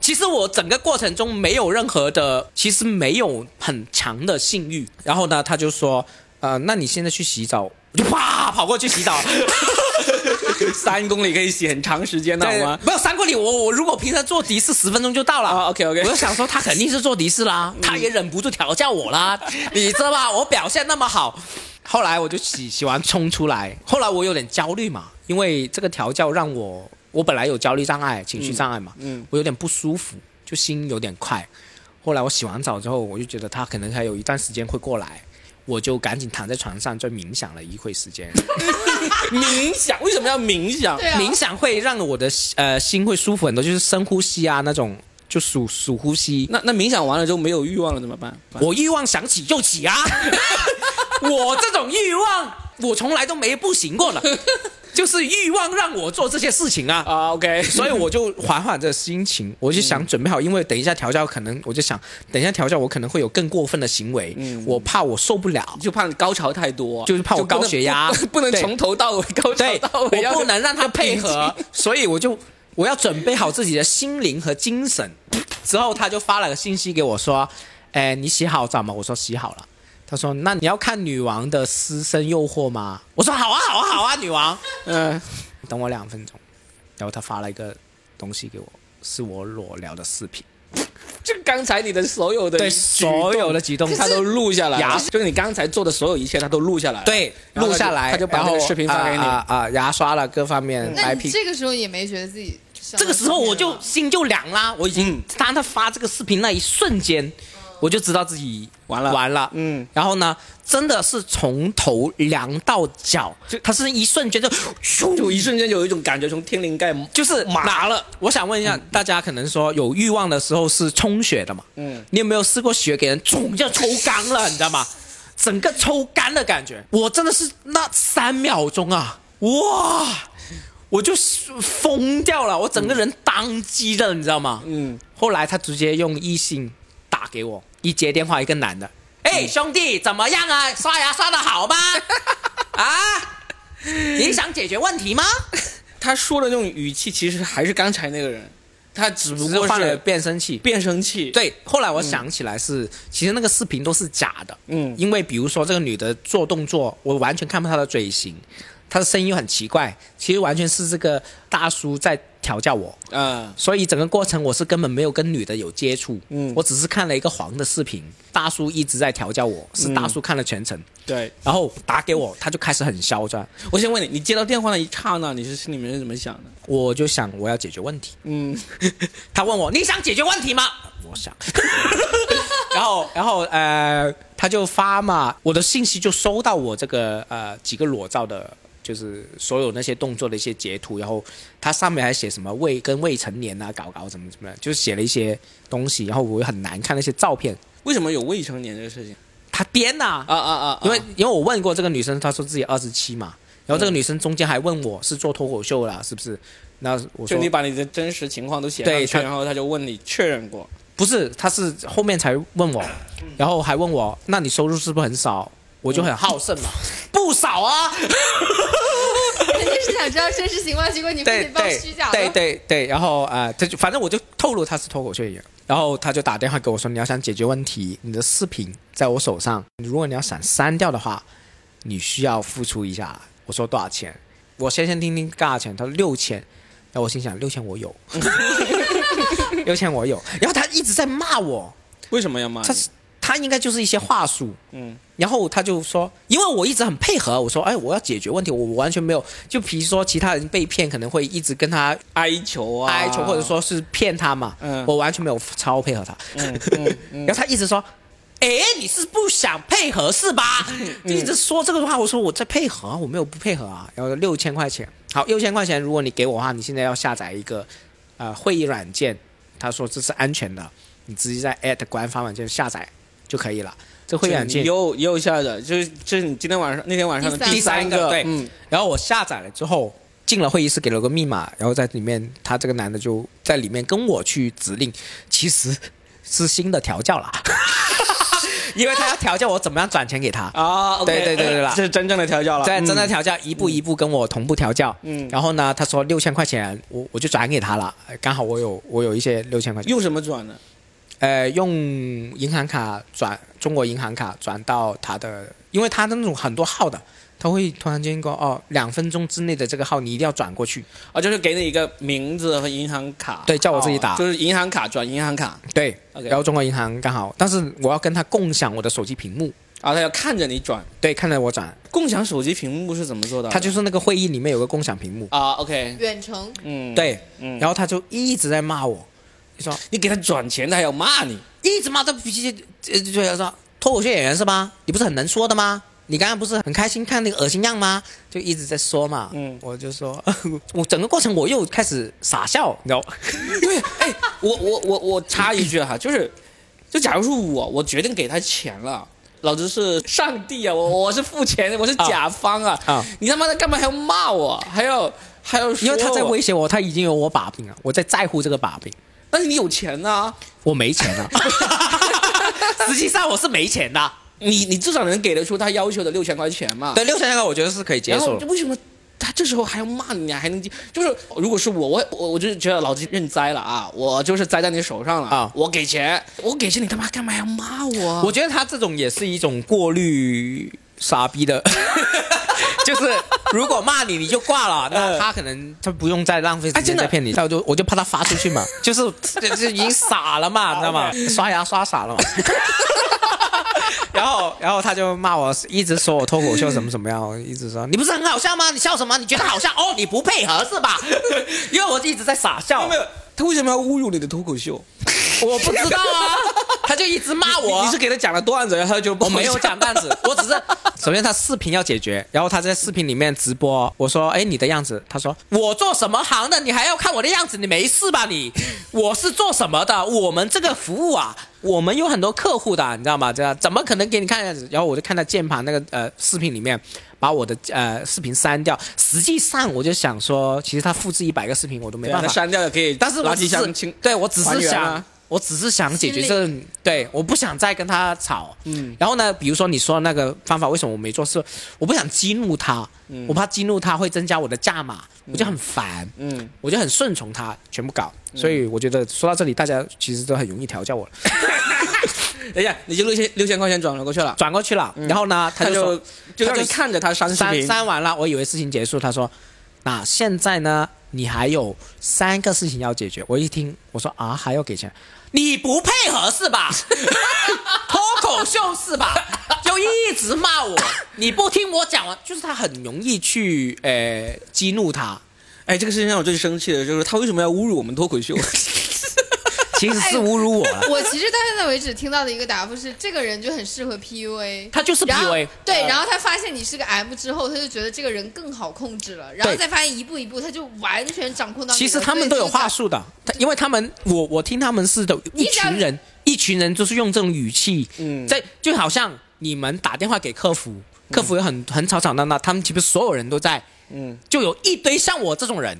[SPEAKER 3] 其实我整个过程中没有任何的，其实没有很强的性欲。然后呢，他就说，呃，那你现在去洗澡，我就啪跑过去洗澡。
[SPEAKER 1] *laughs* 三公里可以洗很长时间的好
[SPEAKER 3] 对
[SPEAKER 1] 吗？
[SPEAKER 3] 没有三公里，我我如果平常坐的士十分钟就到了。
[SPEAKER 1] 啊，OK，OK 嗯
[SPEAKER 3] 我就想说他肯定是坐的士
[SPEAKER 1] *laughs*
[SPEAKER 3] 啦，他也忍不住调教我啦，你知道吧？我表现那么好，后来我就洗洗完冲出来，后来我有点焦虑嘛，因为这个调教让我我本来有焦虑障碍、情绪障碍嘛，
[SPEAKER 1] 嗯嗯
[SPEAKER 3] 我有点不舒服，就心有点快。后来我洗完澡之后，我就觉得他可能还有一段时间会过来。我就赶紧躺在床上，就冥想了一会时间。
[SPEAKER 1] *laughs* 冥想为什么要冥想？
[SPEAKER 2] 对啊，
[SPEAKER 3] 冥想会让我的呃心会舒服很多，就是深呼吸啊那种，就数数呼吸。
[SPEAKER 2] 嗯
[SPEAKER 1] 那那冥想完了之后没有欲望了怎么办？
[SPEAKER 3] 我欲望想起就起
[SPEAKER 2] *laughs*
[SPEAKER 3] 啊，我这种欲望我从来都没不行
[SPEAKER 2] *laughs*
[SPEAKER 3] 过了，就是欲望让我做这些事情啊。
[SPEAKER 1] 啊，OK， *laughs*
[SPEAKER 3] 所以我就缓缓这心情，我就
[SPEAKER 2] 嗯
[SPEAKER 3] 想准备好，因为等一下调教可能，我就想等一下调教我可能会有更过分的行为，
[SPEAKER 1] 嗯
[SPEAKER 3] 我怕我受不了，
[SPEAKER 1] 就怕你高潮太多，
[SPEAKER 3] 就是怕我高血压
[SPEAKER 1] 就不能不
[SPEAKER 3] 对
[SPEAKER 1] 能从头到尾高潮
[SPEAKER 3] 对，
[SPEAKER 1] 到
[SPEAKER 3] 我
[SPEAKER 1] 尾，要
[SPEAKER 3] 不能让他配
[SPEAKER 1] *laughs*
[SPEAKER 3] 合， *laughs* 所以我就我要准备好自己的心灵和精神。之后他就发了个信息给我说：“哎，你洗好澡吗？”我说：“洗好了。”他说：“那你要看《女王的私生诱惑》吗？”我说：“好啊，好啊，好啊，女王。
[SPEAKER 1] 嗯，”
[SPEAKER 3] 等我两分钟，然后他发了一个东西给我，是我裸聊的视频，
[SPEAKER 1] *laughs* 就刚才你的所有的
[SPEAKER 3] 对
[SPEAKER 1] 举
[SPEAKER 3] 所有的举动
[SPEAKER 1] 动，他都录下来
[SPEAKER 3] 牙
[SPEAKER 1] 了，就是你刚才做的所有一切，他都录下来了，
[SPEAKER 3] 对
[SPEAKER 1] 然后
[SPEAKER 3] 录
[SPEAKER 1] 他就
[SPEAKER 3] 下来，
[SPEAKER 1] 他就把
[SPEAKER 3] 然
[SPEAKER 1] 那
[SPEAKER 3] 后
[SPEAKER 1] 个视频发给你
[SPEAKER 3] 啊啊、啊牙刷了各方面，
[SPEAKER 2] 那
[SPEAKER 3] 白
[SPEAKER 2] 你
[SPEAKER 3] 屁
[SPEAKER 2] 这个时候也没觉得自己上了
[SPEAKER 3] 这个时候我就
[SPEAKER 2] 天了
[SPEAKER 3] 心就凉啦，我已经
[SPEAKER 1] 嗯
[SPEAKER 3] 当他发这个视频那一瞬间，我就知道自己
[SPEAKER 1] 完了
[SPEAKER 3] 完了。
[SPEAKER 1] 嗯，
[SPEAKER 3] 然后呢，真的是从头凉到脚，他是一瞬间就咻
[SPEAKER 1] 就一瞬间有一种感觉从天灵盖
[SPEAKER 3] 就是
[SPEAKER 1] 麻了。
[SPEAKER 3] 我想问一下，大家可能说有欲望的时候是充血的嘛？
[SPEAKER 1] 嗯
[SPEAKER 3] 你有没有试过血给人冲就抽干了，你知道
[SPEAKER 1] *laughs*
[SPEAKER 3] 吗？整个抽干的感觉，我真的是那三秒钟啊，哇！我就是疯掉了，我整个人当机了，你知道吗？
[SPEAKER 1] 嗯，
[SPEAKER 3] 后来他直接用异性打给我，一接电话一个男的，
[SPEAKER 1] 嗯
[SPEAKER 3] 哎、兄弟怎么样啊？刷牙刷的好吗？
[SPEAKER 1] *laughs*
[SPEAKER 3] 啊，你想解决问题吗？
[SPEAKER 1] 他说的那种语气其实还是刚才那个人，他只不
[SPEAKER 3] 只是
[SPEAKER 1] 过
[SPEAKER 3] 换了
[SPEAKER 1] 是
[SPEAKER 3] 变声器。
[SPEAKER 1] 变声器。，
[SPEAKER 3] 对，后来我想起来是，其实那个视频都是假的，
[SPEAKER 1] 嗯
[SPEAKER 3] 因为比如说这个女的做动作，我完全看不到她的嘴型，她的声音又很奇怪，其实完全是这个大叔在调教我，
[SPEAKER 1] 啊、
[SPEAKER 3] 所以整个过程我是根本没有跟女的有接触，
[SPEAKER 1] 嗯
[SPEAKER 3] 我只是看了一个黄的视频，大叔一直在调教我，是大叔看了全程，
[SPEAKER 1] 对。
[SPEAKER 3] 然后打给我，他就开始很嚣张，
[SPEAKER 1] 我先问你，你接到电话那一刹那，你是心里面是怎么想的？
[SPEAKER 3] 我就想我要解决问题，
[SPEAKER 1] 嗯，
[SPEAKER 3] 他问我你想解决问题吗？我想， *laughs* 然后然后呃，他就发嘛，我的信息就收到我这个呃几个裸照的，就是所有那些动作的一些截图，然后他上面还写什么未跟未成年啊搞搞怎么怎么样，就是写了一些东西，然后我又很难看那些照片，
[SPEAKER 1] 为什么有未成年这个事情？
[SPEAKER 3] 他编呐、啊，
[SPEAKER 1] 啊啊啊！
[SPEAKER 3] 因为因为我问过这个女生，她说自己二十七嘛，然后这个女生中间还问我是做脱口秀啦，是不是？那我说
[SPEAKER 1] 就你把你的真实情况都写
[SPEAKER 3] 对
[SPEAKER 1] 上去，
[SPEAKER 3] 他
[SPEAKER 1] 然后他就问你确认过。
[SPEAKER 3] 不是，他是后面才问我，然后还问我，那你收入是不是很少？我就很好胜嘛， *laughs* 不少啊，
[SPEAKER 2] 肯定是想知道真实情况，结果 *laughs* 你非
[SPEAKER 3] 对
[SPEAKER 2] 得报
[SPEAKER 3] 对
[SPEAKER 2] 虚假
[SPEAKER 3] 对
[SPEAKER 2] 的。
[SPEAKER 3] 对对，然后啊，呃他、就反正我就透露他是脱口秀演员，然后他就打电话给我说，你要想解决问题，你的视频在我手上，如果你要想删掉的话，你需要付出一下。我说多少钱？我先先听听多少钱，他说六千，然后我心想六千我 *laughs* 有，六千我有，然后他一直在骂我，
[SPEAKER 1] 为什么要骂你
[SPEAKER 3] 他？是他应该就是一些话术。
[SPEAKER 1] 嗯
[SPEAKER 3] 然后他就说，因为我一直很配合，我说，哎，我要解决问题，我完全没有，就比如说其他人被骗，可能会一直跟他
[SPEAKER 1] 哀求啊，
[SPEAKER 3] 哀求，或者说是骗他嘛，
[SPEAKER 1] 嗯
[SPEAKER 3] 我完全没有超配合他， *laughs* 然后他一直说，哎，你是不想配合是吧？就一直说这个话，我说我在配合啊，我没有不配合啊，然后六千块钱，好，六千块钱，如果你给我的话，你现在要下载一个呃会议软件，他说这是安全的，你直接在 at 官方软件下载就可以了，这
[SPEAKER 1] 会
[SPEAKER 3] 会议软件。
[SPEAKER 1] 又又下载，就是这是你今天晚上那天晚上的
[SPEAKER 2] 第
[SPEAKER 1] 三
[SPEAKER 2] 三
[SPEAKER 1] 个，
[SPEAKER 3] 对，
[SPEAKER 1] 嗯，
[SPEAKER 3] 然后我下载了之后。进了会议室，给了个密码，然后在里面，他这个男的就在里面跟我去指令，其实是新的
[SPEAKER 1] *laughs*
[SPEAKER 3] 调教啦，因为他要调教我怎么样转钱给他，
[SPEAKER 1] 啊，OK，
[SPEAKER 3] 对对对对啦
[SPEAKER 1] 这是真正的调教了，
[SPEAKER 3] 在
[SPEAKER 1] 嗯
[SPEAKER 3] 真的调教，一步一步跟我同步调教，
[SPEAKER 1] 嗯
[SPEAKER 3] 然后呢，他说六千块钱，我我就转给他了，刚好我有我有一些六千块钱，
[SPEAKER 1] 用什么转的？
[SPEAKER 3] 呃，用银行卡转中国银行卡转到他的，因为他那种很多号的，他会突然间说哦，两分钟之内的这个号你一定要转过去，
[SPEAKER 1] 啊，就是给你一个名字和银行卡，
[SPEAKER 3] 对叫我自己打
[SPEAKER 1] 哦就是银行卡转银行卡，
[SPEAKER 3] 对
[SPEAKER 1] OK
[SPEAKER 3] 然后中国银行刚好，但是我要跟他共享我的手机屏幕，
[SPEAKER 1] 啊，他要看着你转。
[SPEAKER 3] 对，看着我转，
[SPEAKER 1] 共享手机屏幕是怎么做的？
[SPEAKER 3] 他就是那个会议里面有个共享屏幕，
[SPEAKER 1] 啊，OK，
[SPEAKER 2] 远程，
[SPEAKER 1] 嗯，，
[SPEAKER 3] 对，
[SPEAKER 1] 嗯
[SPEAKER 3] 然后他就一直在骂我，就说
[SPEAKER 1] 你给他转钱，他还要骂 *laughs* 你，
[SPEAKER 3] 一直骂，这脾气就就就说脱口秀演员是吧？你不是很能说的吗？你刚刚不是很开心看那个恶心样吗？就一直在说嘛，
[SPEAKER 1] 嗯
[SPEAKER 3] 我就说， *laughs* 我整个过程我又开始傻笑，你知道吗？
[SPEAKER 1] 对，哎，我我我我插一句哈，就是，就假如说我我决定给他钱了，老子是上帝啊，我我是付钱的，我是甲方啊，
[SPEAKER 3] 啊
[SPEAKER 1] 你他妈的干嘛还要骂我，还要还要说
[SPEAKER 3] 因为他在
[SPEAKER 1] 我
[SPEAKER 3] 威，胁我，他已经有我把柄了，我在在乎这个把柄，
[SPEAKER 1] 但是你有钱呐、
[SPEAKER 3] 我没钱 *laughs* 了，实际上我是没钱的。
[SPEAKER 1] 你你至少能给得出他要求的六千块钱嘛？
[SPEAKER 3] 对，六千那个我觉得是可以接
[SPEAKER 1] 然后
[SPEAKER 3] 受
[SPEAKER 1] 就
[SPEAKER 3] 的。
[SPEAKER 1] 为什么他这时候还要骂你，啊还能接就是如果是我，我我我就觉得老子认栽了啊，我就是栽在你手上了
[SPEAKER 3] 啊
[SPEAKER 1] 我给钱，我给钱，你他妈干嘛要骂我？啊
[SPEAKER 3] 我觉得他这种也是一种过滤傻逼的， *laughs* 就是如果骂你你就挂了，那
[SPEAKER 1] 嗯
[SPEAKER 3] 他可能他不用再浪费
[SPEAKER 1] 哎真
[SPEAKER 3] 时间
[SPEAKER 1] 的
[SPEAKER 3] 再骗你，那我就我就怕他发出
[SPEAKER 1] *laughs*
[SPEAKER 3] 去嘛，就是这这已经傻了嘛，你知道吗？刷牙刷傻了嘛。 *laughs* 然后，然后他就骂我，一直说我脱口秀怎么怎么样，我一直说你不是很好笑吗？你笑什么？你觉得好笑哦？你不配合是吧？ *laughs* 因为我一直在傻笑，
[SPEAKER 1] 没有，他为什么要侮辱你的脱口秀？
[SPEAKER 3] 我不知道啊，他就一直骂我啊。
[SPEAKER 1] 你是给他讲了段子，然后他就
[SPEAKER 3] 我没有
[SPEAKER 1] *laughs*
[SPEAKER 3] 讲段 *laughs* 子，我只是首先他视频要解决，然后他在视频里面直播，我说哎你的样子，他说我做什么行的，你还要看我的样子，你没事吧你？ *laughs* 我是做什么的？我们这个服务啊，我们有很多客户的，你知道吗？这样怎么可能给你看样子？然后我就看他键盘那个呃视频里面。把我的呃视频删掉。实际上我就想说，其实他复制一百个视频我都没
[SPEAKER 1] 对
[SPEAKER 3] 办
[SPEAKER 1] 啊，
[SPEAKER 3] 法
[SPEAKER 1] 那删掉了可以，
[SPEAKER 3] 但是我
[SPEAKER 1] 垃
[SPEAKER 3] 只
[SPEAKER 1] 圾箱
[SPEAKER 3] 是
[SPEAKER 1] 清，
[SPEAKER 3] 对我只
[SPEAKER 1] 还
[SPEAKER 3] 是
[SPEAKER 1] 原
[SPEAKER 3] 想，
[SPEAKER 1] 啊
[SPEAKER 3] 我只是想解决
[SPEAKER 2] 心
[SPEAKER 3] 这个，对，我不想再跟他吵。嗯，然后呢，比如说你说的那个方法，为什么我没做？是我不想激怒他，我怕激怒他会增加我的价码，我就很烦，
[SPEAKER 1] 嗯，
[SPEAKER 3] 我就很顺从他，全部搞。所以我觉得说到这里，大家其实都很容易调教我了，
[SPEAKER 1] 等一下，哎你就六千六千块钱转了过去了，
[SPEAKER 3] 转过去了。然后呢，
[SPEAKER 1] 嗯
[SPEAKER 3] 他
[SPEAKER 1] 他
[SPEAKER 3] 就说
[SPEAKER 1] 就就让
[SPEAKER 3] 他
[SPEAKER 1] 你
[SPEAKER 3] 就
[SPEAKER 1] 看着他删视
[SPEAKER 3] 删
[SPEAKER 1] 频，
[SPEAKER 3] 删完了，我以为事情结束，他说，那现在呢，你还有三个事情要解决。我一听，我说啊，还要给钱，你不配合是吧？ *laughs* 脱口秀是吧？就一直骂我，你不听我讲完，就是他很容易去呃激怒他。
[SPEAKER 1] 哎，这个事情让我最生气的就是他为什么要侮辱我们脱口秀？ *laughs*
[SPEAKER 3] 其实是侮辱我了，
[SPEAKER 2] *laughs* 我其实到现在为止听到的一个答复是，这个人就很适合 PUA。
[SPEAKER 3] 他就是
[SPEAKER 2] 然后
[SPEAKER 3] PUA，
[SPEAKER 2] 对，然后他发现你是个 M 之后，他就觉得这个人更好控制了，然后
[SPEAKER 3] 对
[SPEAKER 2] 再发现一步一步，他就完全掌控到你了。
[SPEAKER 3] 其实他们都有话术的，他因为他们我我听他们是的
[SPEAKER 2] 你
[SPEAKER 3] 一
[SPEAKER 2] 只要
[SPEAKER 3] 群人，一群人就是用这种语气，嗯，在就好像你们打电话给客服，客服也很很吵吵闹闹，他们岂不是所有人都在，
[SPEAKER 1] 嗯
[SPEAKER 3] 就有一堆像我这种人，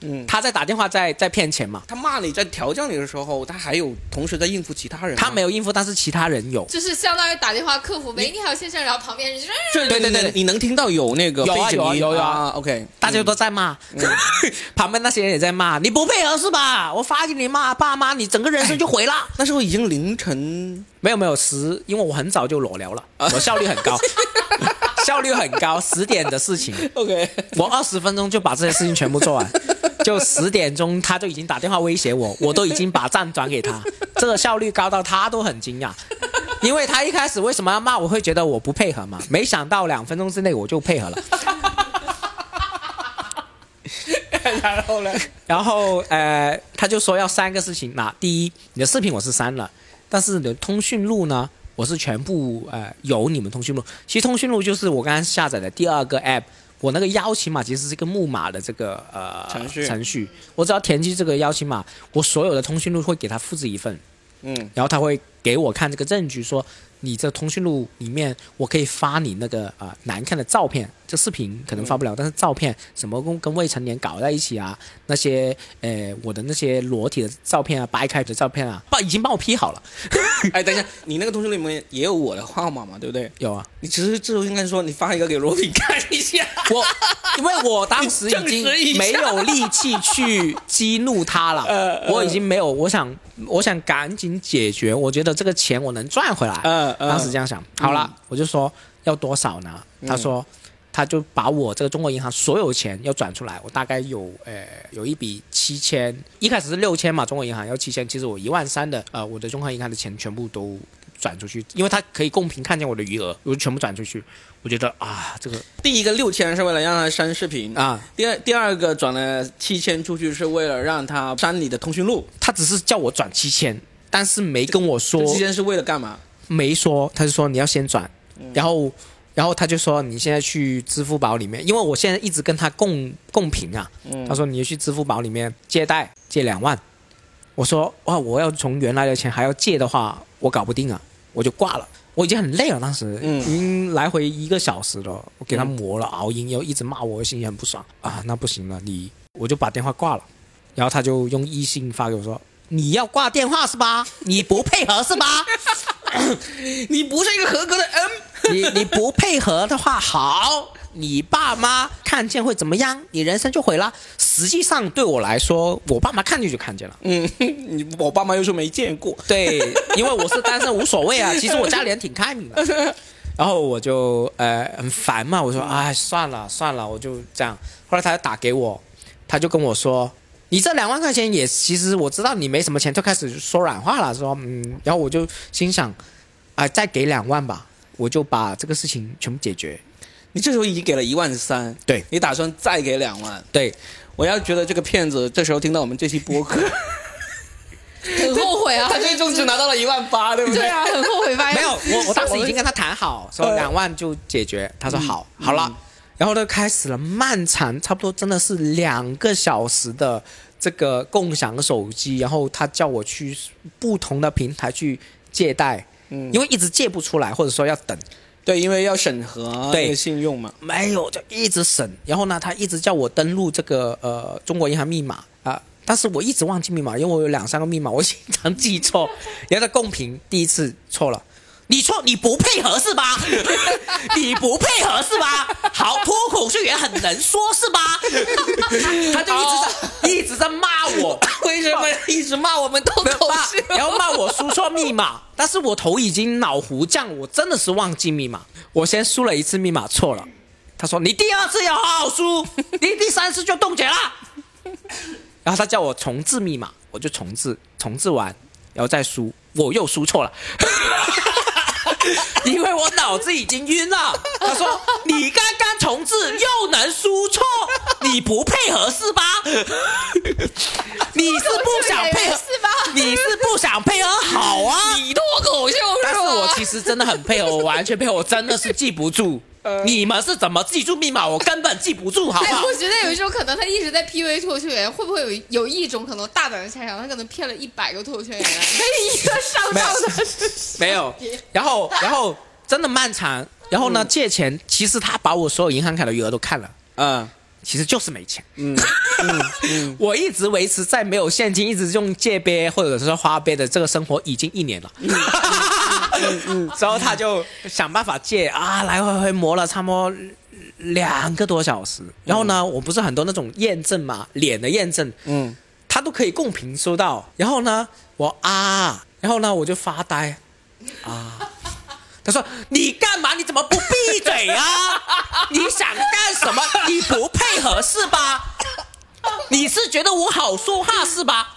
[SPEAKER 1] 嗯，
[SPEAKER 3] 他在打电话在在骗钱嘛，
[SPEAKER 1] 他骂你在调教你的时候，他还有同时在应付其他人吗，
[SPEAKER 3] 他没有应付，但是其他人有，
[SPEAKER 2] 就是相当于打电话客服，喂，你好先生，然后旁边人就说，
[SPEAKER 1] 对对对
[SPEAKER 3] 对对
[SPEAKER 1] 对
[SPEAKER 3] 对，
[SPEAKER 1] 你能听到有那个
[SPEAKER 3] 有啊
[SPEAKER 1] 背景音
[SPEAKER 3] 有啊有啊有啊
[SPEAKER 1] OK，嗯
[SPEAKER 3] 大家都在骂， *laughs* 旁边那些人也在骂，你不配合是吧？我发给你骂，爸妈你整个人生就毁了。
[SPEAKER 1] 那时候已经凌
[SPEAKER 3] *laughs*
[SPEAKER 1] 晨，
[SPEAKER 3] 没有没有十，因为我很早就裸聊了，我效率很高，效率很高，十点的事情，
[SPEAKER 1] OK，
[SPEAKER 3] 我二十分钟就把这些事情全部做完，就十点钟他就已经打电话威胁我，我都已经把账转给他，这个效率高到他都很惊讶，因为他一开始为什么要骂我，会觉得我不配合嘛，没想到两分钟之内我就配合了。
[SPEAKER 1] 然后呢？
[SPEAKER 3] *laughs* 然后呃，他就说要三个事情，那第一，你的视频我是删了，但是你的通讯录呢，我是全部呃有你们通讯录。其实通讯录就是我刚刚下载的第二个 app，我那个邀请码其实是一个木马的这个呃
[SPEAKER 1] 程序
[SPEAKER 3] 程序，我只要填进这个邀请码，我所有的通讯录会给他复制一份，
[SPEAKER 1] 嗯，
[SPEAKER 3] 然后他会给我看这个证据说。你这通讯录里面，我可以发你那个啊、呃难看的照片，这视频可能发不了，但是照片什么跟跟未成年搞在一起啊，那些呃我的那些裸体的照片啊，掰开的照片啊，帮已经帮我 P 好了，
[SPEAKER 1] 哎，等一下，你那个通讯录里面也有我的号码嘛，对不对？
[SPEAKER 3] 有啊，
[SPEAKER 1] 你只是这时候应该说你发一个给罗比看一
[SPEAKER 3] *laughs*
[SPEAKER 1] 下。
[SPEAKER 3] 我因为我当时
[SPEAKER 1] 你
[SPEAKER 3] 已
[SPEAKER 1] 证实一下
[SPEAKER 3] 经没有力气去激怒他 *laughs* 了，
[SPEAKER 1] 呃
[SPEAKER 3] 我已经没有，我想我想赶紧解决，我觉得这个钱我能赚回来，
[SPEAKER 1] 呃呃
[SPEAKER 3] 当时这样想，好了，我就说要多少呢？他说。他就把我这个中国银行所有钱要转出来，我大概有呃有一笔七千，一开始是六千嘛，中国银行要七千，其实我一万三的呃我的中行银行的钱全部都转出去，因为他可以公平看见我的余额，我就全部转出去，我觉得啊这个
[SPEAKER 1] 第一个六千是为了让他删视频，
[SPEAKER 3] 啊
[SPEAKER 1] 第二第二个转了七千出去是为了让他删你的通讯录，
[SPEAKER 3] 他只是叫我转七千，但是没跟我说
[SPEAKER 1] 这，七千是为了干嘛？ *laughs*
[SPEAKER 3] 没说，他就说你要先转，然后，然后他就说你现在去支付宝里面，因为我现在一直跟他共共频啊，他说你去支付宝里面借贷借两万，我说哇，我要从原来的钱还要借的话，我搞不定啊，我就挂了。我已经很累了，当时
[SPEAKER 1] 嗯
[SPEAKER 3] 已经来回一个小时了，我给他磨了，熬鹰又一直骂我，我心里很不爽啊。那不行了，你我就把电话挂了，然后他就用异信发给我说：“你要挂电话是吧？你不配合是吧？”
[SPEAKER 1] 你不是一个合格的 M。
[SPEAKER 3] 你你不配合的话，好，你爸妈看见会怎么样？你人生就毁了。实际上对我来说，我爸妈看见就看见了。
[SPEAKER 1] 嗯，你我爸妈又说没见过。
[SPEAKER 3] 对，因为我是单身，无所谓啊。其实我家里人挺开明的。然后我就呃很烦嘛，我说哎算了算了，我就这样。后来他就打给我，他就跟我说，你这两万块钱也其实我知道你没什么钱，就开始说软话了，说嗯，然后我就心想，啊、再给两万吧，我就把这个事情全部解决。
[SPEAKER 1] 你这时候已经给了一万三，
[SPEAKER 3] 对
[SPEAKER 1] 你打算再给两万？
[SPEAKER 3] 对，
[SPEAKER 1] 我要觉得这个骗子这时候听到我们这期播 *laughs* 客，
[SPEAKER 2] 很后悔
[SPEAKER 3] *laughs*
[SPEAKER 2] 啊，
[SPEAKER 1] *laughs* 他最终只拿到了一万八，对不
[SPEAKER 2] 对啊，很后悔发现呃
[SPEAKER 3] 没
[SPEAKER 2] *laughs*
[SPEAKER 3] 有，我我当时已经跟他谈好，说两万就解
[SPEAKER 2] 嗯
[SPEAKER 3] 决，他说好，好了，然后呢开始了漫长，差不多真的是两个小时的这个共享手机，然后他叫我去
[SPEAKER 2] 嗯
[SPEAKER 3] 不同的平台去借贷，因为一直借不出来，或者说要等。
[SPEAKER 1] 对，因为要审核
[SPEAKER 3] 对
[SPEAKER 1] 那个信用嘛。
[SPEAKER 3] 没有，就一直审。然后呢，他一直叫我登录这个呃中国银行密码啊、但是我一直忘记密码，因为我有两三个密码，我经常记错。然后他共评第一次错了。你错，你不配合是吧？ *laughs* 你不配合是吧？好，脱口秀演员很能说是吧？他就一 *laughs* 直在、一直在骂我，
[SPEAKER 1] *laughs* 为什么一直骂我们都
[SPEAKER 3] 骂，
[SPEAKER 1] *laughs*
[SPEAKER 3] 然后骂我输错密 *laughs* 码，但是我头已经脑糊酱，我真的是忘记密码，我先输了一次密码错了，他说你第二次要好好 *laughs* 输，你第三次就冻结了， *laughs* 然后他叫我重置密码，我就重置，重置完，然后再输，我又输错了。 *laughs* 因为我脑子已经晕了，他说你刚刚重置又能输错，你不配合是 *laughs* 吧？你是不想配合
[SPEAKER 2] 是吧？
[SPEAKER 3] 你是不想配合好啊？
[SPEAKER 2] 你脱口秀
[SPEAKER 3] 但是
[SPEAKER 2] 吧
[SPEAKER 3] 我其实真的很配合，我完全配合，我真的是记
[SPEAKER 2] *laughs*
[SPEAKER 3] 不住。你们是怎么记住密码？我根本记不住，好不
[SPEAKER 2] 呃哎，
[SPEAKER 3] 好
[SPEAKER 2] 我？觉得有一种可能，他一直在 PUA 脱口秀演员，会不会有有一种可能大胆的猜想，他可能骗了一百个脱口秀演员，每一个上当的
[SPEAKER 3] 没有。然后，然后真的漫长。然
[SPEAKER 2] 嗯
[SPEAKER 3] 后呢，借钱，其实他把我所有银行卡的余额都看了，
[SPEAKER 1] 嗯
[SPEAKER 3] 其实就是没钱。 *laughs*
[SPEAKER 1] 嗯嗯嗯，
[SPEAKER 3] 我一直维持在没有现金，一直用借呗或者是花呗的这个生活已经一年了。
[SPEAKER 1] 嗯
[SPEAKER 3] *laughs* 之后他就想办法借啊，来回回磨了差不多两个多小时。然后呢，我不是很多那种验证嘛，脸的验证，
[SPEAKER 1] 嗯，
[SPEAKER 3] 他都可以共频收到。然后呢，我啊，然后呢我就发呆啊。啊他说：“你干嘛？你怎么不闭嘴啊？ *laughs* 你想干什么？你不配合是吧？你是觉得我好说话是吧？ *coughs*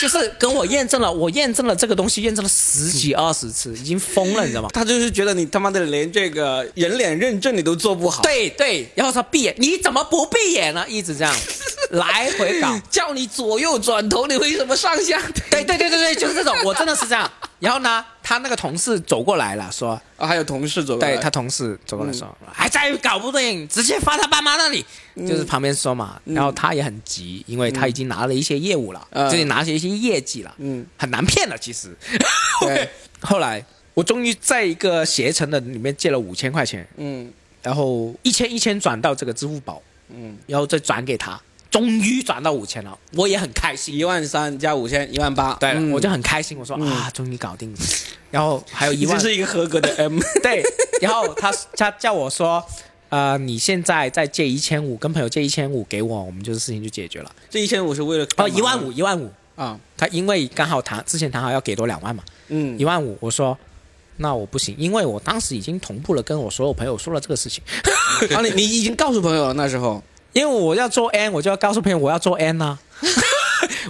[SPEAKER 3] 就是跟我验证了，我验证了这个东西，验证了十几二十次，已经疯了，你知道吗？
[SPEAKER 1] 他就是觉得你他妈的连这个人脸认证你都做不好，，
[SPEAKER 3] 对对，然后他闭眼，你怎么不闭眼呢？一直这样来回搞，
[SPEAKER 1] 叫你左右转头，你为什么上下？
[SPEAKER 3] *laughs* 哎对对对对对，就是
[SPEAKER 1] *laughs*
[SPEAKER 3] 这种，我真的是这样。然后呢，他那个同事走过来了，说，
[SPEAKER 1] 啊，还有同事走过来，
[SPEAKER 3] 对他同事走过来说，
[SPEAKER 1] 嗯
[SPEAKER 3] 还在搞不定，直接发他爸妈那里，就是旁边说嘛。然后他也很急，因为他已经拿了一些业务了，
[SPEAKER 1] 嗯
[SPEAKER 3] 自己拿了一些业绩了，
[SPEAKER 1] 嗯
[SPEAKER 3] 很难骗了其实。
[SPEAKER 1] 对
[SPEAKER 3] 后来我终于在一个携程的里面借了五千块钱，
[SPEAKER 1] 嗯
[SPEAKER 3] 然后一千一千转到这个支付宝，
[SPEAKER 1] 嗯，
[SPEAKER 3] 然后再转给他，终于转到五千了，我也很开心。
[SPEAKER 1] 一万三加五千，一万八，
[SPEAKER 3] 对了，
[SPEAKER 1] 嗯
[SPEAKER 3] 我就很开心，我说、啊，终于搞定了。然后还有一
[SPEAKER 1] 你
[SPEAKER 3] 万
[SPEAKER 1] 这，是一个合格的 M，
[SPEAKER 3] 对，然后他他叫我说，呃，你现在再借一千五，跟朋友借一千五给我，我们就是事情就解决了。
[SPEAKER 1] 这一千五是为了
[SPEAKER 3] 哦，一万五，一万五，
[SPEAKER 1] 啊，
[SPEAKER 3] 他因为刚好谈之前谈好要给多两万嘛，
[SPEAKER 1] 嗯
[SPEAKER 3] 一万五，我说。那我不行，因为我当时已经同步了跟我所有朋友说了这个事情，
[SPEAKER 1] 啊，你你已经告诉朋友了那时候，
[SPEAKER 3] 因为我要做 N，我就要告诉朋友我要做 N 呐、 *laughs*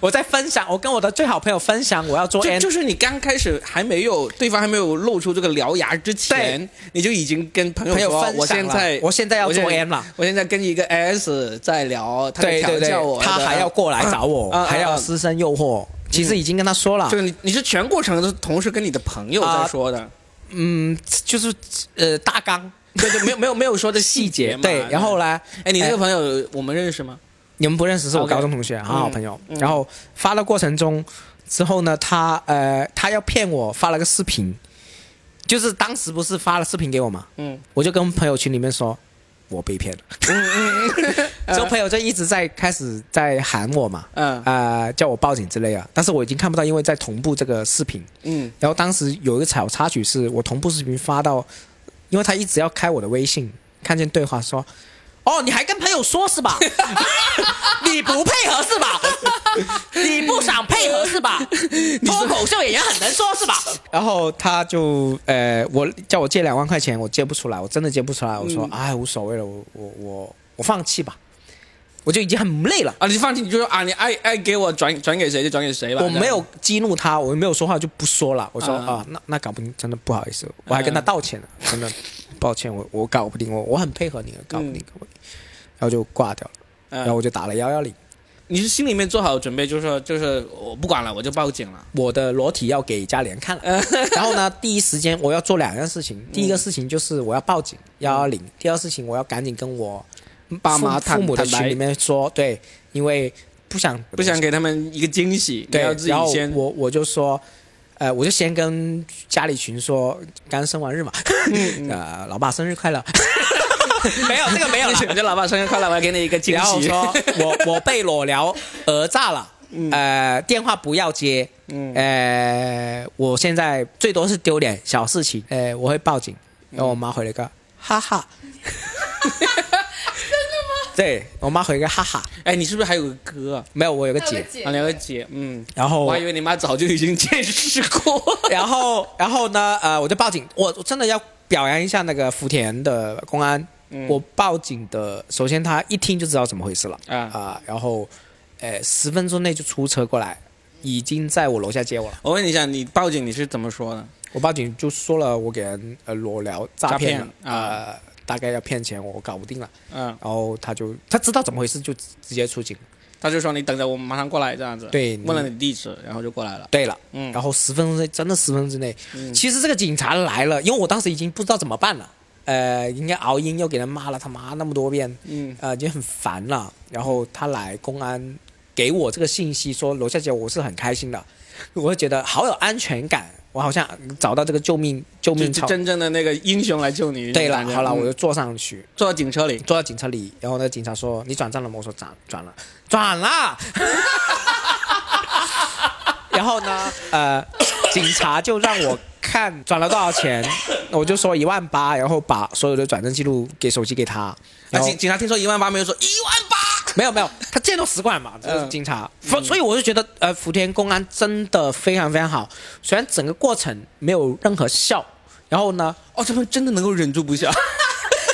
[SPEAKER 3] 我在分享，我跟我的最好朋友分享我要做
[SPEAKER 1] 就
[SPEAKER 3] N，
[SPEAKER 1] 就是你刚开始还没有对方还没有露出这个獠牙之前，你就已经跟朋友
[SPEAKER 3] 朋友
[SPEAKER 1] 说，
[SPEAKER 3] 分享
[SPEAKER 1] 我现
[SPEAKER 3] 了
[SPEAKER 1] 在
[SPEAKER 3] 我现在要做
[SPEAKER 1] 我现
[SPEAKER 3] M 了，
[SPEAKER 1] 我现在跟一个 S 在聊，他在
[SPEAKER 3] 对
[SPEAKER 1] 调
[SPEAKER 3] 对
[SPEAKER 1] 教我
[SPEAKER 3] 对，
[SPEAKER 1] 的，
[SPEAKER 3] 他还要过来找我，
[SPEAKER 1] 啊啊啊嗯
[SPEAKER 3] 还要私生诱惑，其实已经跟他说了
[SPEAKER 1] 就，是你你是全过程都同时跟你的朋友
[SPEAKER 3] 啊
[SPEAKER 1] 在说的，
[SPEAKER 3] 嗯，就是呃大纲
[SPEAKER 1] 对对，没有没有没有说的细节嘛。
[SPEAKER 3] 对，然后呢，
[SPEAKER 1] 哎，你那个朋友我们认识吗？
[SPEAKER 3] 你们不认识，是我
[SPEAKER 1] OK
[SPEAKER 3] 高中同学，啊很好朋友。
[SPEAKER 1] 嗯
[SPEAKER 3] 然后发的过程中之后呢，他呃，他要骗我发了个视频，就是当时不是发了视频给我吗？
[SPEAKER 1] 嗯
[SPEAKER 3] 我就跟朋友群里面说，我被骗了。
[SPEAKER 1] 嗯
[SPEAKER 3] 之后朋友就一直在开始在喊我嘛，
[SPEAKER 1] 嗯
[SPEAKER 3] 呃，叫我报警之类的，但是我已经看不到，因为在同步这个视频。
[SPEAKER 1] 嗯
[SPEAKER 3] 然后当时有一个小插曲是，我同步视频发到，因为他一直要开我的微信，看见对话说：“哦，你还跟朋友说是吧？ *laughs* 你不配合是吧？你不想配合是 *laughs* 吧？
[SPEAKER 1] 嗯
[SPEAKER 3] 脱口秀演员很能说是吧？”然后他就呃，我叫我借两万块钱，我借不出来，我真的借不出来。我说：“哎，无所谓了，我我我我放弃吧，我就已经很累了。”
[SPEAKER 1] 啊，你放弃你就说啊，你爱爱给我转转给谁就转给谁吧。
[SPEAKER 3] 我
[SPEAKER 1] 这样
[SPEAKER 3] 没有激怒他，我没有说话就不说了。我说
[SPEAKER 1] 嗯
[SPEAKER 3] 啊，那那搞不定，真的不好意思，我还跟他道歉了，真的抱歉，我我搞不定，我我很配合你，搞不定，搞不定，然后就挂掉了，
[SPEAKER 1] 嗯
[SPEAKER 3] 然后我就打了幺幺零，
[SPEAKER 1] 你是心里面做好准备，就是说就是我不管了，我就报警了。
[SPEAKER 3] 我的裸体要给家里人看
[SPEAKER 1] 嗯 *laughs*
[SPEAKER 3] 了，然后呢，第一时间我要做两样事情，第一个事情就是我要报警幺幺零，第二事情我要赶紧跟我
[SPEAKER 1] 嗯爸妈
[SPEAKER 3] 父父母的
[SPEAKER 1] 坦坦白
[SPEAKER 3] 群里面说，对，因为不想
[SPEAKER 1] 不想给他们一个惊喜，你
[SPEAKER 3] 对
[SPEAKER 1] 要，自
[SPEAKER 3] 然
[SPEAKER 1] 己
[SPEAKER 3] 后
[SPEAKER 1] 先
[SPEAKER 3] 我我就说，呃，我就先跟家里群说，刚生完日嘛， *laughs* 呃，老爸生日快乐。 *laughs* 没有这个
[SPEAKER 1] *laughs*
[SPEAKER 3] 没 *laughs* 有啦
[SPEAKER 1] 我觉得老爸生日快乐，我要给你一个惊
[SPEAKER 3] 然后
[SPEAKER 1] 喜。
[SPEAKER 3] 说我我被裸聊讹诈 *laughs* 了，呃，电话不要接，呃，我现在最多是丢脸小事情，呃，我会报警。然后我妈回了一个哈哈，嗯 *laughs* 真的吗？对我妈回了一个哈哈，
[SPEAKER 1] *laughs* 哎，你是不是还有个哥啊？
[SPEAKER 3] 没有，我有个
[SPEAKER 2] 那我
[SPEAKER 3] *laughs* 姐，
[SPEAKER 2] 姐
[SPEAKER 1] 啊，，两个姐，嗯，
[SPEAKER 3] 然后
[SPEAKER 1] 我还以为你妈早就已经见识过。 *laughs*
[SPEAKER 3] *laughs* 然后，然后呢？呃，我就报警。我真的要表扬一下那个福田的公安。
[SPEAKER 1] 嗯
[SPEAKER 3] 我报警的，首先他一听就知道怎么回事了
[SPEAKER 1] 啊
[SPEAKER 3] 啊然后，呃，十分钟内就出车过来，已经在我楼下接我了。
[SPEAKER 1] 我问你一下，你报警你是怎么说的？
[SPEAKER 3] 我报警就说了，我给人呃裸聊诈骗了
[SPEAKER 1] 诈骗啊
[SPEAKER 3] 呃，大概要骗钱，我搞不定了。
[SPEAKER 1] 嗯，
[SPEAKER 3] 然后他就他知道怎么回事，就直接出警。
[SPEAKER 1] 他就说你等着，我马上过来这样子。
[SPEAKER 3] 对
[SPEAKER 1] 问了你地址，然后就过来了。
[SPEAKER 3] 对了，
[SPEAKER 1] 嗯
[SPEAKER 3] 然后十分钟内，真的十分钟之内，其实这个警察来了，因为我当时已经不知道怎么办了，呃，应该熬鹰又给人骂了他妈那么多遍，
[SPEAKER 1] 嗯，
[SPEAKER 3] 呃，已经很烦了。然后他来公安给我这个信息说楼下姐，我是很开心的，我会觉得好有安全感，我好像找到这个救命救
[SPEAKER 1] 就
[SPEAKER 3] 命
[SPEAKER 1] 就
[SPEAKER 3] 草。
[SPEAKER 1] 真正的那个英雄来救你。
[SPEAKER 3] 对
[SPEAKER 1] 这
[SPEAKER 3] 了
[SPEAKER 1] 种感，觉
[SPEAKER 3] 好了，
[SPEAKER 1] 嗯啊
[SPEAKER 3] 我就坐上去，
[SPEAKER 1] 坐到警车里。
[SPEAKER 3] 坐到警车里，然后那个警察说：“你转账了吗？”我说：“转转了，转了。”然后呢，呃， *coughs* 警察就让我看转了多少钱，我就说一万八，然后把所有的转账记录给手机给他。
[SPEAKER 1] 那
[SPEAKER 3] 然后
[SPEAKER 1] 警警察听说一万八，没有说一万八。
[SPEAKER 3] 没有没有，他见到十块嘛，这就是
[SPEAKER 1] 嗯
[SPEAKER 3] 警察。所所以我就觉得，呃，福田公安真的非常非常好，虽然整个过程没有任何笑，然后呢，
[SPEAKER 1] 哦，他们真的能够忍住不笑。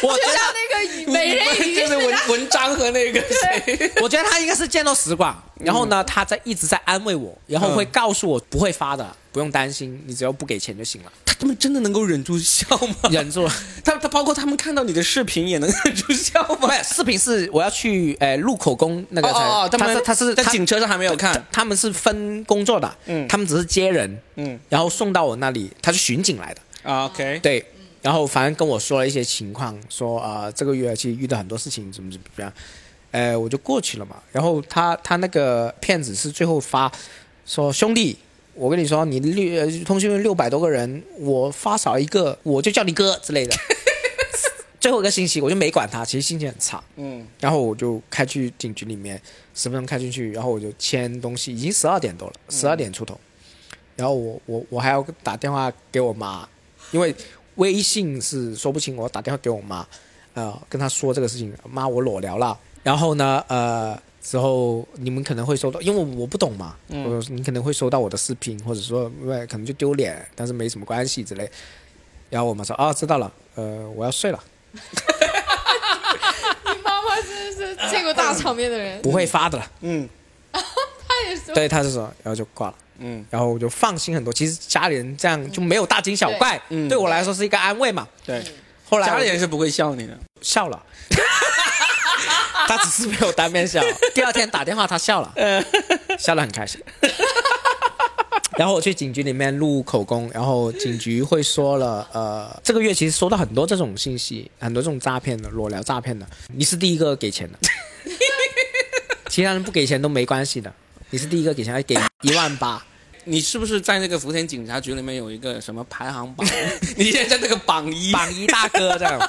[SPEAKER 3] 我
[SPEAKER 2] 就
[SPEAKER 3] 觉
[SPEAKER 2] 像
[SPEAKER 3] 得。
[SPEAKER 2] 那个美人鱼
[SPEAKER 1] *laughs* 就是是文
[SPEAKER 2] 的，
[SPEAKER 1] 文章和那个谁。
[SPEAKER 3] *laughs* 我觉得他应该是见到死寡，然后呢，他在一直在安慰我，然后会告诉我不会发的，不用担心，你只要不给钱就行
[SPEAKER 1] *laughs*
[SPEAKER 3] 了。
[SPEAKER 1] 他们真的能够忍住笑吗？
[SPEAKER 3] *laughs* 忍住了，
[SPEAKER 1] *laughs* 他他包括他们看到你的视频也能 *laughs* 忍住笑吗？
[SPEAKER 3] 不是视频是我要去呃路口工那个才，
[SPEAKER 1] 哦哦，他
[SPEAKER 3] 他
[SPEAKER 1] 们
[SPEAKER 3] 是他是
[SPEAKER 1] 在
[SPEAKER 3] 他
[SPEAKER 1] 警车上还没有看。
[SPEAKER 3] 他们是分工作的，
[SPEAKER 1] 嗯
[SPEAKER 3] 他们只是接人，
[SPEAKER 1] 嗯
[SPEAKER 3] 然后送到我那里，他是巡警来的，
[SPEAKER 1] 啊，OK。
[SPEAKER 3] 对，然后反正跟我说了一些情况，说呃这个月其实遇到很多事情，怎么怎么样，呃我就过去了嘛。然后他他那个骗子是最后发说兄弟，我跟你说你六呃通讯录六百多个人，我发少一个我就叫你哥之类的。最后一个星期我就没管他，其实心情很差。
[SPEAKER 1] 嗯
[SPEAKER 3] 然后我就开去警局里面，十分钟开进去，然后我就签东西，已经十二点多了，十二点出头。然后我我我还要打电话给我妈，因为微信是说不清，我打电话给我妈，呃，跟她说这个事情，妈我裸聊了。然后呢，呃，之后你们可能会收到，因为我不懂嘛，
[SPEAKER 1] 嗯
[SPEAKER 3] 我你可能会收到我的视频，或者说呃可能就丢脸，但是没什么关系之类。然后我妈说啊，知道了，呃，我要睡了，
[SPEAKER 2] 你妈妈真是见过大场面的人，
[SPEAKER 3] 不会发的了。
[SPEAKER 1] 嗯
[SPEAKER 2] 她也是。
[SPEAKER 3] 对，他是说，然后就挂了。
[SPEAKER 1] 嗯，
[SPEAKER 3] 然后我就放心很多。其实家里人这样就没有大惊小怪，
[SPEAKER 1] 嗯
[SPEAKER 3] 对我来说是一个安慰嘛。
[SPEAKER 1] 对，
[SPEAKER 3] 后来
[SPEAKER 1] 家
[SPEAKER 3] 我
[SPEAKER 1] 里人是不会笑你的。
[SPEAKER 3] 笑了， *laughs* 他只是没有当面笑。呃第二天打电话，他笑了，笑得很开心。 *laughs* 然后我去警局里面录口供，然后警局会说了，呃，这个月其实收到很多这种信息，很多这种诈骗的、裸聊诈骗的，你是第一个给 *laughs* 钱的，其他人不给钱都没关系的，你是第一个给钱，哎还给一万八。
[SPEAKER 1] 你是不是在那个福田警察局里面有一个什么排行榜？ *laughs* 你现在在那个榜一。
[SPEAKER 3] 榜一大哥这样。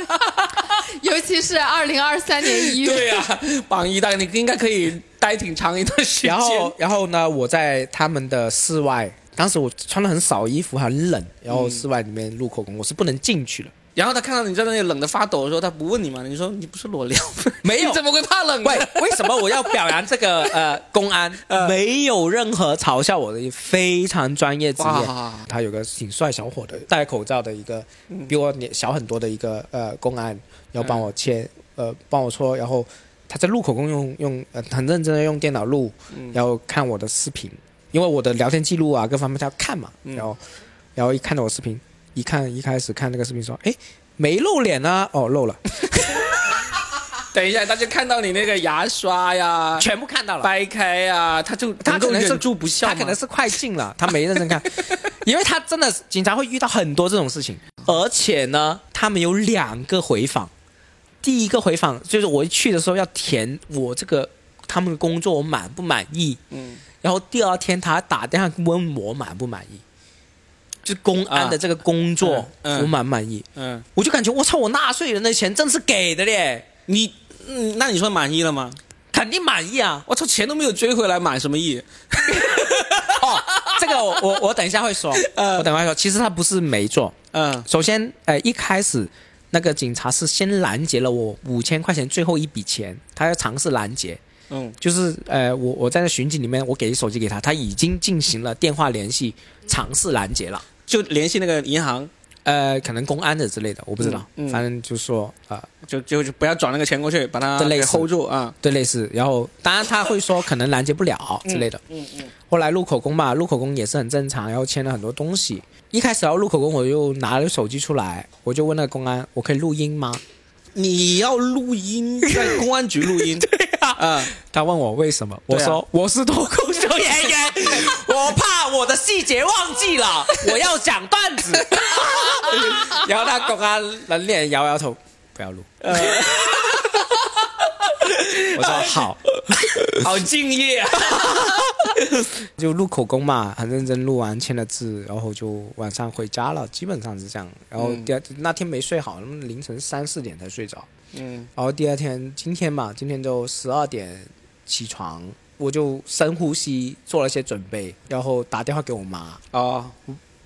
[SPEAKER 2] 尤其是二零二三年一月，
[SPEAKER 1] 对呀、榜一大哥，你应该可以待挺长一段时间。
[SPEAKER 3] *laughs* 然后，然后呢，我在他们的室外，当时我穿的很少衣服，很冷，然后室外里面录口供，我是不能进去的。
[SPEAKER 1] 然后他看到你在那里冷得发抖的时候，他不问你吗？你说你不是裸聊吗？
[SPEAKER 3] 没有
[SPEAKER 1] 你怎么会怕冷呢？
[SPEAKER 3] 喂，哎
[SPEAKER 1] *laughs*
[SPEAKER 3] 为什么我要表扬这个呃公安？没有任何嘲笑我的，非常专业职业
[SPEAKER 1] 哇。
[SPEAKER 3] 他有个挺帅小伙的，戴口罩的一个，比我年小很多的一个呃公安，然后帮我签、呃帮我说，然后他在录口供用用、呃、很认真的用电脑录，然后看我的视频，因为我的聊天记录啊各方面他要看嘛，然后然后一看到我视频，一看一开始看那个视频说，哎没露脸啊，哦露了，
[SPEAKER 1] 等一下，他就看到你那个牙刷呀
[SPEAKER 3] *laughs* 全部看到了。
[SPEAKER 1] 掰开呀，他就
[SPEAKER 3] 他
[SPEAKER 1] 能够
[SPEAKER 3] 可能是
[SPEAKER 1] 忍住不笑吗
[SPEAKER 3] 他可能是快进了， *laughs* 他没认真看，因为他真的警察会遇到很多这种事情，而且呢，他们有两个回访，第一个回访就是我一去的时候要填我这个他们的工作我满不满意，
[SPEAKER 1] 嗯
[SPEAKER 3] 然后第二天他打电话问我满不满意，就公安的这个工作，
[SPEAKER 1] 啊嗯嗯
[SPEAKER 3] 我蛮满意。
[SPEAKER 1] 嗯，
[SPEAKER 3] 我就感觉我操，我纳税人的钱真是给的嘞，
[SPEAKER 1] 你嗯，那你说满意了吗？
[SPEAKER 3] 肯定满意啊。
[SPEAKER 1] 我操，钱都没有追回来，满什么意？
[SPEAKER 3] 哦，这个我我我等一下会 *laughs* 说，
[SPEAKER 1] 嗯
[SPEAKER 3] 我等一下会说。其实他不是没做，
[SPEAKER 1] 嗯
[SPEAKER 3] 首先，呃，一开始那个警察是先拦截了我五千块钱最后一笔钱，他要尝试拦截，
[SPEAKER 1] 嗯
[SPEAKER 3] 就是呃，我我在那巡警里面，我给手机给他，他已经进行了电话联系，尝试拦截了。
[SPEAKER 1] 就联系那个银行，
[SPEAKER 3] 呃，可能公安的之类的，我不知道，
[SPEAKER 1] 嗯嗯
[SPEAKER 3] 反正就说啊，
[SPEAKER 1] 就就就不要转那个钱过去，把它
[SPEAKER 3] 这类
[SPEAKER 1] 给
[SPEAKER 3] 似
[SPEAKER 1] hold 住啊。
[SPEAKER 3] 对，类似。然后当然他会说可能拦截不了之类的。
[SPEAKER 1] 嗯嗯
[SPEAKER 3] 后来录口供嘛，录口供也是很正常，然后签了很多东西。一开始要录口供，我就拿了手机出来，我就问那个公安，我可以录音吗？
[SPEAKER 1] 你要录音，在公安局录
[SPEAKER 3] *laughs*
[SPEAKER 1] 音，对啊，嗯
[SPEAKER 3] 他问我为什么，我
[SPEAKER 1] 对啊
[SPEAKER 3] 说、我是脱口秀演员，我怕我的细节忘记了，我要讲
[SPEAKER 1] *laughs*
[SPEAKER 3] 段子。然后他公
[SPEAKER 1] 啊
[SPEAKER 3] 安冷脸摇摇头，不要录。
[SPEAKER 1] 呃
[SPEAKER 3] *laughs* 我说好，
[SPEAKER 1] 好敬业啊。
[SPEAKER 3] 就录口供嘛，很认真录完签了字，然后就晚上回家了，基本上是这样。然后第二、那天没睡好，那么凌晨三四点才睡着。
[SPEAKER 1] 嗯
[SPEAKER 3] 然后第二天，今天嘛，今天就十二点起床，我就深呼吸，做了些准备，然后打电话给我妈，
[SPEAKER 1] 哦，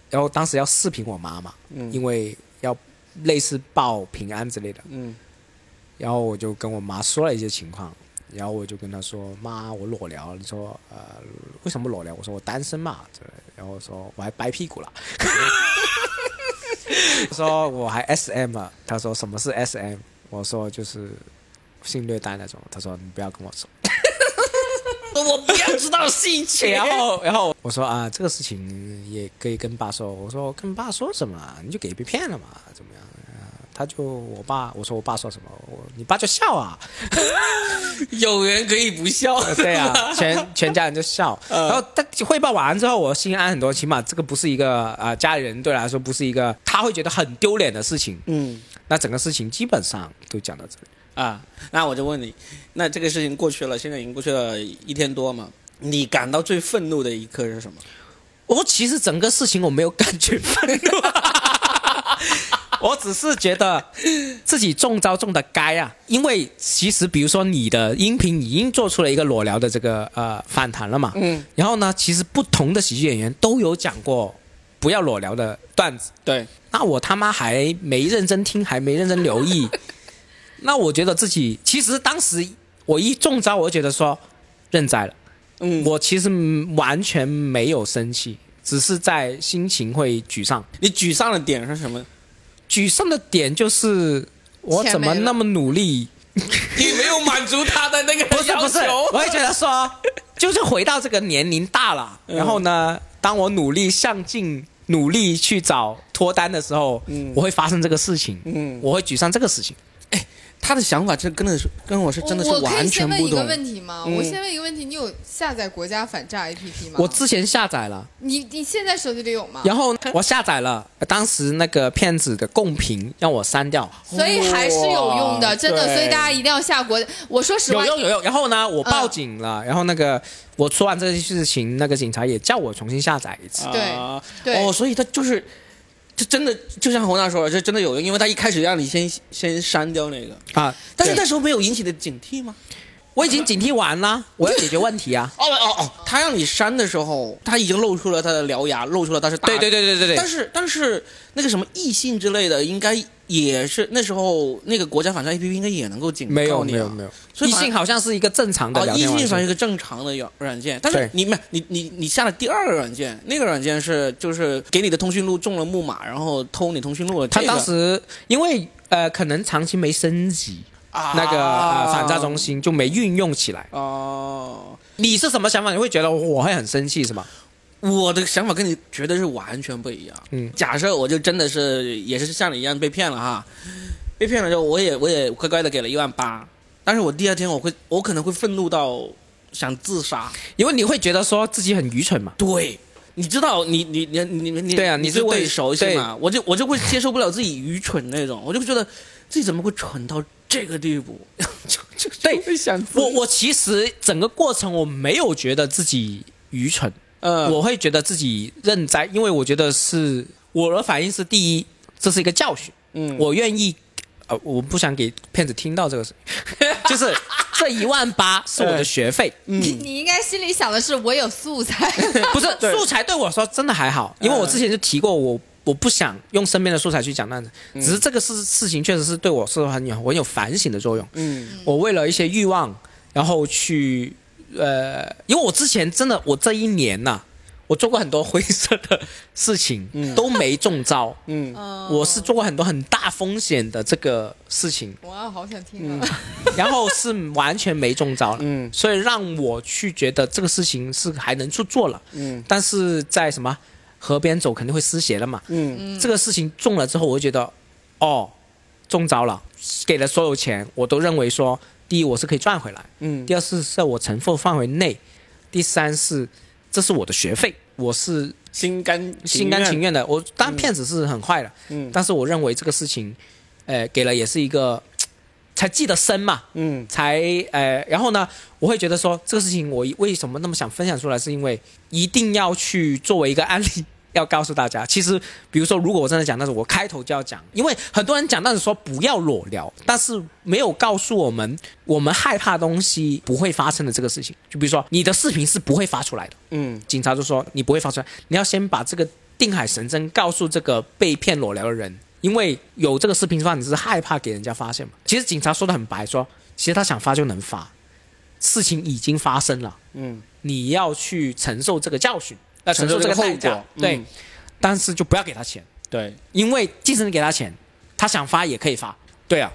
[SPEAKER 3] 然后当时要视频我妈嘛，因为要类似报平安之类的，
[SPEAKER 1] 嗯
[SPEAKER 3] 然后我就跟我妈说了一些情况，然后我就跟她说：“妈，我裸聊。”你说：“呃，为什么裸聊？”我说：“我单身嘛。”之类的然后说我还掰屁股了。我说我还 S M 啊，她说什么是 S M？我说就是性虐待那种。她说你不要跟我说。
[SPEAKER 1] 我 *laughs* 不要知道细节哦
[SPEAKER 3] 然后，然后我说啊，这个事情也可以跟爸说。我说跟爸说什么啊？你就给被骗了嘛，怎么样？啊他就我爸，我说我爸说什么？我你爸就笑啊。
[SPEAKER 1] 有人可以不笑，
[SPEAKER 3] 对
[SPEAKER 1] *laughs*
[SPEAKER 3] 啊， *laughs* 呃全全家人就 *laughs* 笑。然后他汇报完之后，我心安很多，起码这个不是一个啊、呃家里人对来说不是一个他会觉得很丢脸的事情。
[SPEAKER 1] 嗯
[SPEAKER 3] 那整个事情基本上都讲到这里。
[SPEAKER 1] 啊，那我就问你，那这个事情过去了，现在已经过去了一天多嘛，你感到最愤怒的一刻是什么？
[SPEAKER 3] 我其实整个事情我没有感觉愤怒，我只是觉得自己中招中的该啊。因为其实比如说你的音频已经做出了一个裸聊的这个呃反弹了嘛，嗯，然后呢，其实不同的喜剧演员都有讲过不要裸聊的段子。
[SPEAKER 1] 对，
[SPEAKER 3] 那我他妈还没认真听，还没认真留意。那我觉得自己其实当时我一中招，我就觉得说认栽了。
[SPEAKER 1] 嗯
[SPEAKER 3] 我其实完全没有生气，只是在心情会沮丧。
[SPEAKER 1] 你沮丧的点是什么？
[SPEAKER 3] 沮丧的点就是我
[SPEAKER 2] 钱
[SPEAKER 3] 怎么
[SPEAKER 2] 没了
[SPEAKER 3] 那么努力？
[SPEAKER 1] 你没有满足他的那个
[SPEAKER 3] 不是不是
[SPEAKER 1] 要求，
[SPEAKER 3] 我也觉得说，就是回到这个年龄大了，
[SPEAKER 1] 嗯
[SPEAKER 3] 然后呢，当我努力上进。努力去找脱单的时候，
[SPEAKER 1] 嗯
[SPEAKER 3] 我会发生这个事情，
[SPEAKER 1] 嗯
[SPEAKER 3] 我会沮丧这个事情。
[SPEAKER 1] 他的想法，这跟的是跟我是真的是
[SPEAKER 2] 我我可
[SPEAKER 1] 完
[SPEAKER 2] 以先
[SPEAKER 1] 全
[SPEAKER 2] 问
[SPEAKER 1] 不
[SPEAKER 2] 一个
[SPEAKER 1] 同。
[SPEAKER 2] 问题吗？
[SPEAKER 1] 嗯
[SPEAKER 2] 我先问一个问题，你有下载国家反诈 APP
[SPEAKER 1] 啊
[SPEAKER 2] 吗？
[SPEAKER 3] 我之前下载了，
[SPEAKER 2] 你你现在手机里有吗？
[SPEAKER 3] 然后我下载了，当时那个骗子的共评让我删掉，
[SPEAKER 2] 所以还是有用
[SPEAKER 1] 哇
[SPEAKER 2] 的，真的。
[SPEAKER 1] 对
[SPEAKER 2] 所以大家一定要下国。我说实
[SPEAKER 3] 有
[SPEAKER 2] 话，
[SPEAKER 3] 用有用。然后呢，我报警了，然后那个我说完这件事情，那个警察也叫我重新下载一次。
[SPEAKER 2] 对
[SPEAKER 1] 啊
[SPEAKER 2] 对
[SPEAKER 1] 哦，所以他就是，这真的就像红娜说的，这真的有用，因为他一开始让你先先删掉那个，
[SPEAKER 3] 啊，
[SPEAKER 1] 但是那时候没有引起你的警惕吗？。
[SPEAKER 3] 我已经警惕完了，我要解决问题 *laughs* 啊
[SPEAKER 1] 哦哦哦，他让你删的时候，他已经露出了他的獠牙，露出了他是大
[SPEAKER 3] 对对对对对
[SPEAKER 1] 但
[SPEAKER 3] 对，
[SPEAKER 1] 是但是那个什么异性之类的，应该也是那时候那个国家反诈 A P P 应该也能够警告你、啊，
[SPEAKER 3] 没有没有没有，
[SPEAKER 1] 所以
[SPEAKER 3] 异
[SPEAKER 1] 反
[SPEAKER 3] 性好像是一个正常的
[SPEAKER 1] 哦，
[SPEAKER 3] 聊
[SPEAKER 1] 异
[SPEAKER 3] 天
[SPEAKER 1] 性
[SPEAKER 3] 环
[SPEAKER 1] 算是
[SPEAKER 3] 境。
[SPEAKER 1] 一个正常的软软件，但是
[SPEAKER 3] 对
[SPEAKER 1] 你没你你你下了第二个软件，那个软件是就是给你的通讯录中了木马，然后偷你通讯录了这
[SPEAKER 3] 他
[SPEAKER 1] 个。
[SPEAKER 3] 当时因为呃，可能长期没升级，
[SPEAKER 1] 啊
[SPEAKER 3] 那个呃反诈中心就没运用起来。
[SPEAKER 1] 哦，
[SPEAKER 3] 你是什么想法？你会觉得我会很生气是吗？
[SPEAKER 1] 我的想法跟你绝对是完全不一样。
[SPEAKER 3] 嗯
[SPEAKER 1] 假设我就真的是也是像你一样被骗了哈，被骗了之后我也我也乖乖的给了一万八，但是我第二天我会我可能会愤怒到想自杀。
[SPEAKER 3] 因为你会觉得说自己很愚蠢嘛。
[SPEAKER 1] 对，你知道，你你你你你
[SPEAKER 3] 对啊
[SPEAKER 1] 你
[SPEAKER 3] 你是
[SPEAKER 1] 我
[SPEAKER 3] 对
[SPEAKER 1] 很熟悉嘛？我就我就会接受不了自己愚蠢那种，我就觉得自己怎么会蠢到这个地步？ *laughs* 就就
[SPEAKER 3] 对
[SPEAKER 1] 就会想自
[SPEAKER 3] 我我其实整个过程我没有觉得自己愚蠢，
[SPEAKER 1] 嗯
[SPEAKER 3] 我会觉得自己认栽，因为我觉得是我的反应是第一，这是一个教训，
[SPEAKER 1] 嗯
[SPEAKER 3] 我愿意，呃，我不想给骗子听到这个事， *laughs* 就是这一万八是我的学费，
[SPEAKER 2] 你
[SPEAKER 1] 嗯
[SPEAKER 2] 你应该心里想的是我有素
[SPEAKER 1] *laughs*
[SPEAKER 2] 材，
[SPEAKER 3] *laughs* 不是素材对我说真的还好，因为我之前就提过我。我不想用身边的素材去讲那样子，
[SPEAKER 1] 嗯
[SPEAKER 3] 只是这个事事情确实是对我是很有很有反省的作用。
[SPEAKER 1] 嗯
[SPEAKER 3] 我为了一些欲望，然后去呃，因为我之前真的，我这一年呐、我做过很多灰色的事情，都没中招。
[SPEAKER 1] *laughs* 嗯
[SPEAKER 3] 我是做过很多很大风险的这个事情，
[SPEAKER 2] 哇，好想听啊！
[SPEAKER 3] 然后是完全没中招了，
[SPEAKER 1] 嗯
[SPEAKER 3] 所以让我去觉得这个事情是还能去做了，
[SPEAKER 1] 嗯
[SPEAKER 3] 但是在什么河边走肯定会湿鞋了嘛，
[SPEAKER 1] 嗯
[SPEAKER 3] 这个事情中了之后，我就觉得，哦，中招了，给了所有钱，我都认为说，第一我是可以赚回来，
[SPEAKER 1] 嗯
[SPEAKER 3] 第二是在我承受范围内，第三是这是我的学费，我是
[SPEAKER 1] 心甘
[SPEAKER 3] 心甘情愿嗯的。我当然骗子是很坏的，
[SPEAKER 1] 嗯
[SPEAKER 3] 但是我认为这个事情，呃，给了也是一个才记得深嘛，
[SPEAKER 1] 嗯
[SPEAKER 3] 才呃，然后呢，我会觉得说这个事情我为什么那么想分享出来，是因为一定要去作为一个案例。要告诉大家，其实，比如说，如果我真的讲，但是我开头就要讲，因为很多人讲，但是说不要裸聊，但是没有告诉我们，我们害怕东西不会发生的这个事情。就比如说，你的视频是不会发出来的，
[SPEAKER 1] 嗯
[SPEAKER 3] 警察就说你不会发出来，你要先把这个定海神针告诉这个被骗裸聊的人，因为有这个视频的话，你是害怕给人家发现嘛。其实警察说的很白，说其实他想发就能发，事情已经发生了，
[SPEAKER 1] 嗯
[SPEAKER 3] 你要去承受这个教训，要
[SPEAKER 1] 承受
[SPEAKER 3] 承受
[SPEAKER 1] 这
[SPEAKER 3] 这
[SPEAKER 1] 个
[SPEAKER 3] 个
[SPEAKER 1] 后
[SPEAKER 3] 代价
[SPEAKER 1] 果，
[SPEAKER 3] 对。
[SPEAKER 1] 嗯
[SPEAKER 3] 但是就不要给他钱，
[SPEAKER 1] 对
[SPEAKER 3] 因为即使你给他钱，他想发也可以发，对啊，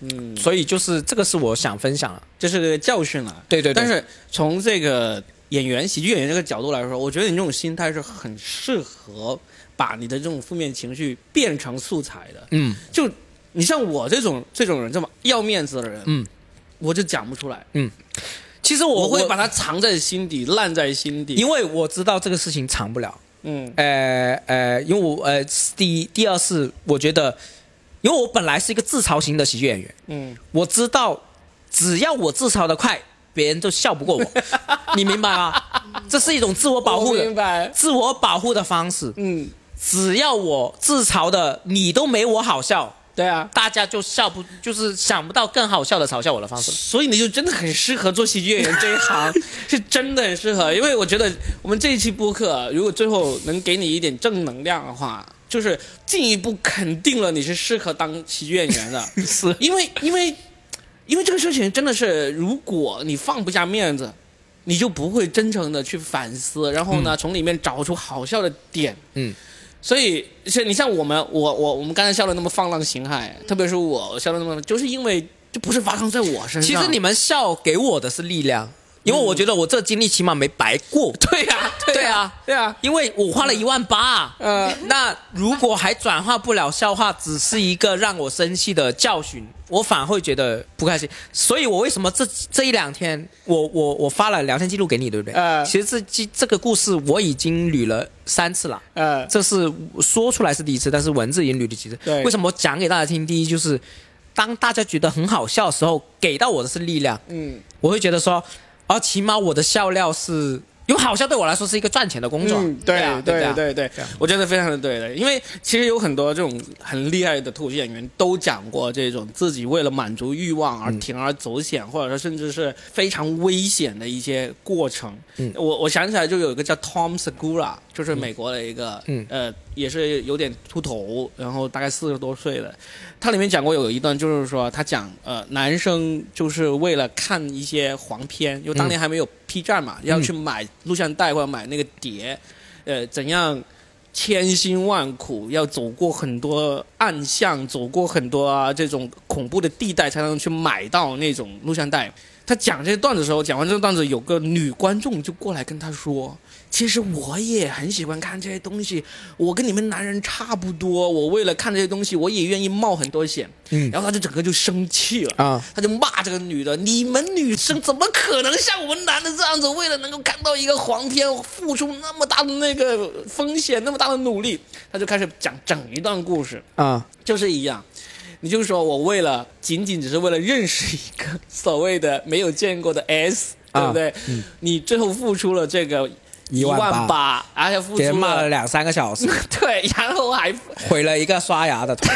[SPEAKER 1] 嗯
[SPEAKER 3] 所以就是这个是我想分享的，
[SPEAKER 1] 这是个教训了。
[SPEAKER 3] 对对对
[SPEAKER 1] 但是从这个演员、喜剧演员这个角度来说，我觉得你这种心态是很适合把你的这种负面情绪变成素材的。
[SPEAKER 3] 嗯
[SPEAKER 1] 就你像我这种这种人，这么要面子的人，
[SPEAKER 3] 嗯，
[SPEAKER 1] 我就讲不出来，
[SPEAKER 3] 其实
[SPEAKER 1] 我
[SPEAKER 3] 我
[SPEAKER 1] 会把它藏在心底，烂在心底。
[SPEAKER 3] 因为我知道这个事情藏不了，
[SPEAKER 1] 嗯
[SPEAKER 3] 呃呃，因为我呃第一第二是我觉得，因为我本来是一个自嘲型的喜剧演员，
[SPEAKER 1] 嗯
[SPEAKER 3] 我知道只要我自嘲的快，别人就笑不
[SPEAKER 1] *laughs*
[SPEAKER 3] 过我，你明白吗？这是一种自我保护
[SPEAKER 1] 我明
[SPEAKER 3] 的
[SPEAKER 1] 白
[SPEAKER 3] 自我保护的方式。
[SPEAKER 1] 嗯，
[SPEAKER 3] 只要我自嘲的你都没我好笑，
[SPEAKER 1] 对啊，
[SPEAKER 3] 大家就笑不就是想不到更好笑的嘲笑我的方式了。
[SPEAKER 1] 所以你就真的很适合做喜剧演员这一行，是真的很适合。因为我觉得我们这一期播客，如果最后能给你一点正能量的话，就是进一步肯定了你是适合当喜剧演员的。
[SPEAKER 3] 是
[SPEAKER 1] 因为因为因为这个事情真的是，如果你放不下面子，你就不会真诚的去反思，然后呢，从里面找出好笑的点。
[SPEAKER 3] 嗯，
[SPEAKER 1] 所以是你像我们，我我我们刚才笑的那么放浪形骸，
[SPEAKER 3] 嗯
[SPEAKER 1] 特别是我笑的那么，就是因为这不是发生在我身上。
[SPEAKER 3] 其实你们笑给我的是力量，因为我觉得我这经历起码没白过。
[SPEAKER 1] *laughs* 对呀、
[SPEAKER 3] 对
[SPEAKER 1] 呀、
[SPEAKER 3] 啊，嗯
[SPEAKER 1] 对啊，
[SPEAKER 3] 因为我花了一万八，
[SPEAKER 1] 呃，
[SPEAKER 3] 那如果还转化不了笑话，只是一个让我生气的教训，我反而会觉得不开心。所以我为什么这这一两天，我我我发了聊天记录给你，对不对？
[SPEAKER 1] 呃
[SPEAKER 3] 其实这这这个故事我已经捋了三次了。
[SPEAKER 1] 呃，
[SPEAKER 3] 这是说出来是第一次，但是文字已经捋了几次。
[SPEAKER 1] 对
[SPEAKER 3] 为什么我讲给大家听？第一就是，当大家觉得很好笑的时候，给到我的是力量。
[SPEAKER 1] 嗯
[SPEAKER 3] 我会觉得说，啊，起码我的笑料是，因为好笑对我来说是一个赚钱的工作，
[SPEAKER 1] 嗯，对
[SPEAKER 3] 啊，对
[SPEAKER 1] 对
[SPEAKER 3] 啊
[SPEAKER 1] 对对
[SPEAKER 3] 对啊
[SPEAKER 1] 我觉得非常的对的，因为其实有很多这种很厉害的脱口秀演员都讲过这种自己为了满足欲望而铤而走险，或者说甚至是非常危险的一些过程。
[SPEAKER 3] 嗯
[SPEAKER 1] 我我想起来就有一个叫 Tom Segura，就是美国的一个，
[SPEAKER 3] 嗯
[SPEAKER 1] 呃，也是有点秃头，然后大概四十多岁的，他里面讲过有一段，就是说他讲呃，男生就是为了看一些黄片，因为
[SPEAKER 3] 嗯
[SPEAKER 1] 当年还没有 P 站嘛，要去买录像带或者买那个碟，呃，怎样千辛万苦要走过很多暗巷，走过很多、啊、这种恐怖的地带，才能去买到那种录像带。他讲这些段子的时候，讲完这个段子，有个女观众就过来跟他说：“其实我也很喜欢看这些东西，我跟你们男人差不多，我为了看这些东西，我也愿意冒很多险。”
[SPEAKER 3] 嗯
[SPEAKER 1] 然后他就整个就生气了
[SPEAKER 3] 啊
[SPEAKER 1] 他就骂这个女的：“你们女生怎么可能像我们男的这样子，为了能够看到一个黄片，付出那么大的那个风险，那么大的努力？”他就开始讲整一段故事，
[SPEAKER 3] 啊，
[SPEAKER 1] 就是一样。你就说我为了仅仅只是为了认识一个所谓的没有见过的 S，、
[SPEAKER 3] 啊
[SPEAKER 1] 对不对？你最后付出了这个
[SPEAKER 4] 一
[SPEAKER 3] 一万八
[SPEAKER 4] 八，而且付
[SPEAKER 3] 给人
[SPEAKER 4] 出
[SPEAKER 3] 骂了
[SPEAKER 1] *laughs*
[SPEAKER 3] 两三个小时，
[SPEAKER 4] 对，然后还
[SPEAKER 3] 毁了一个刷牙 *laughs* 的头。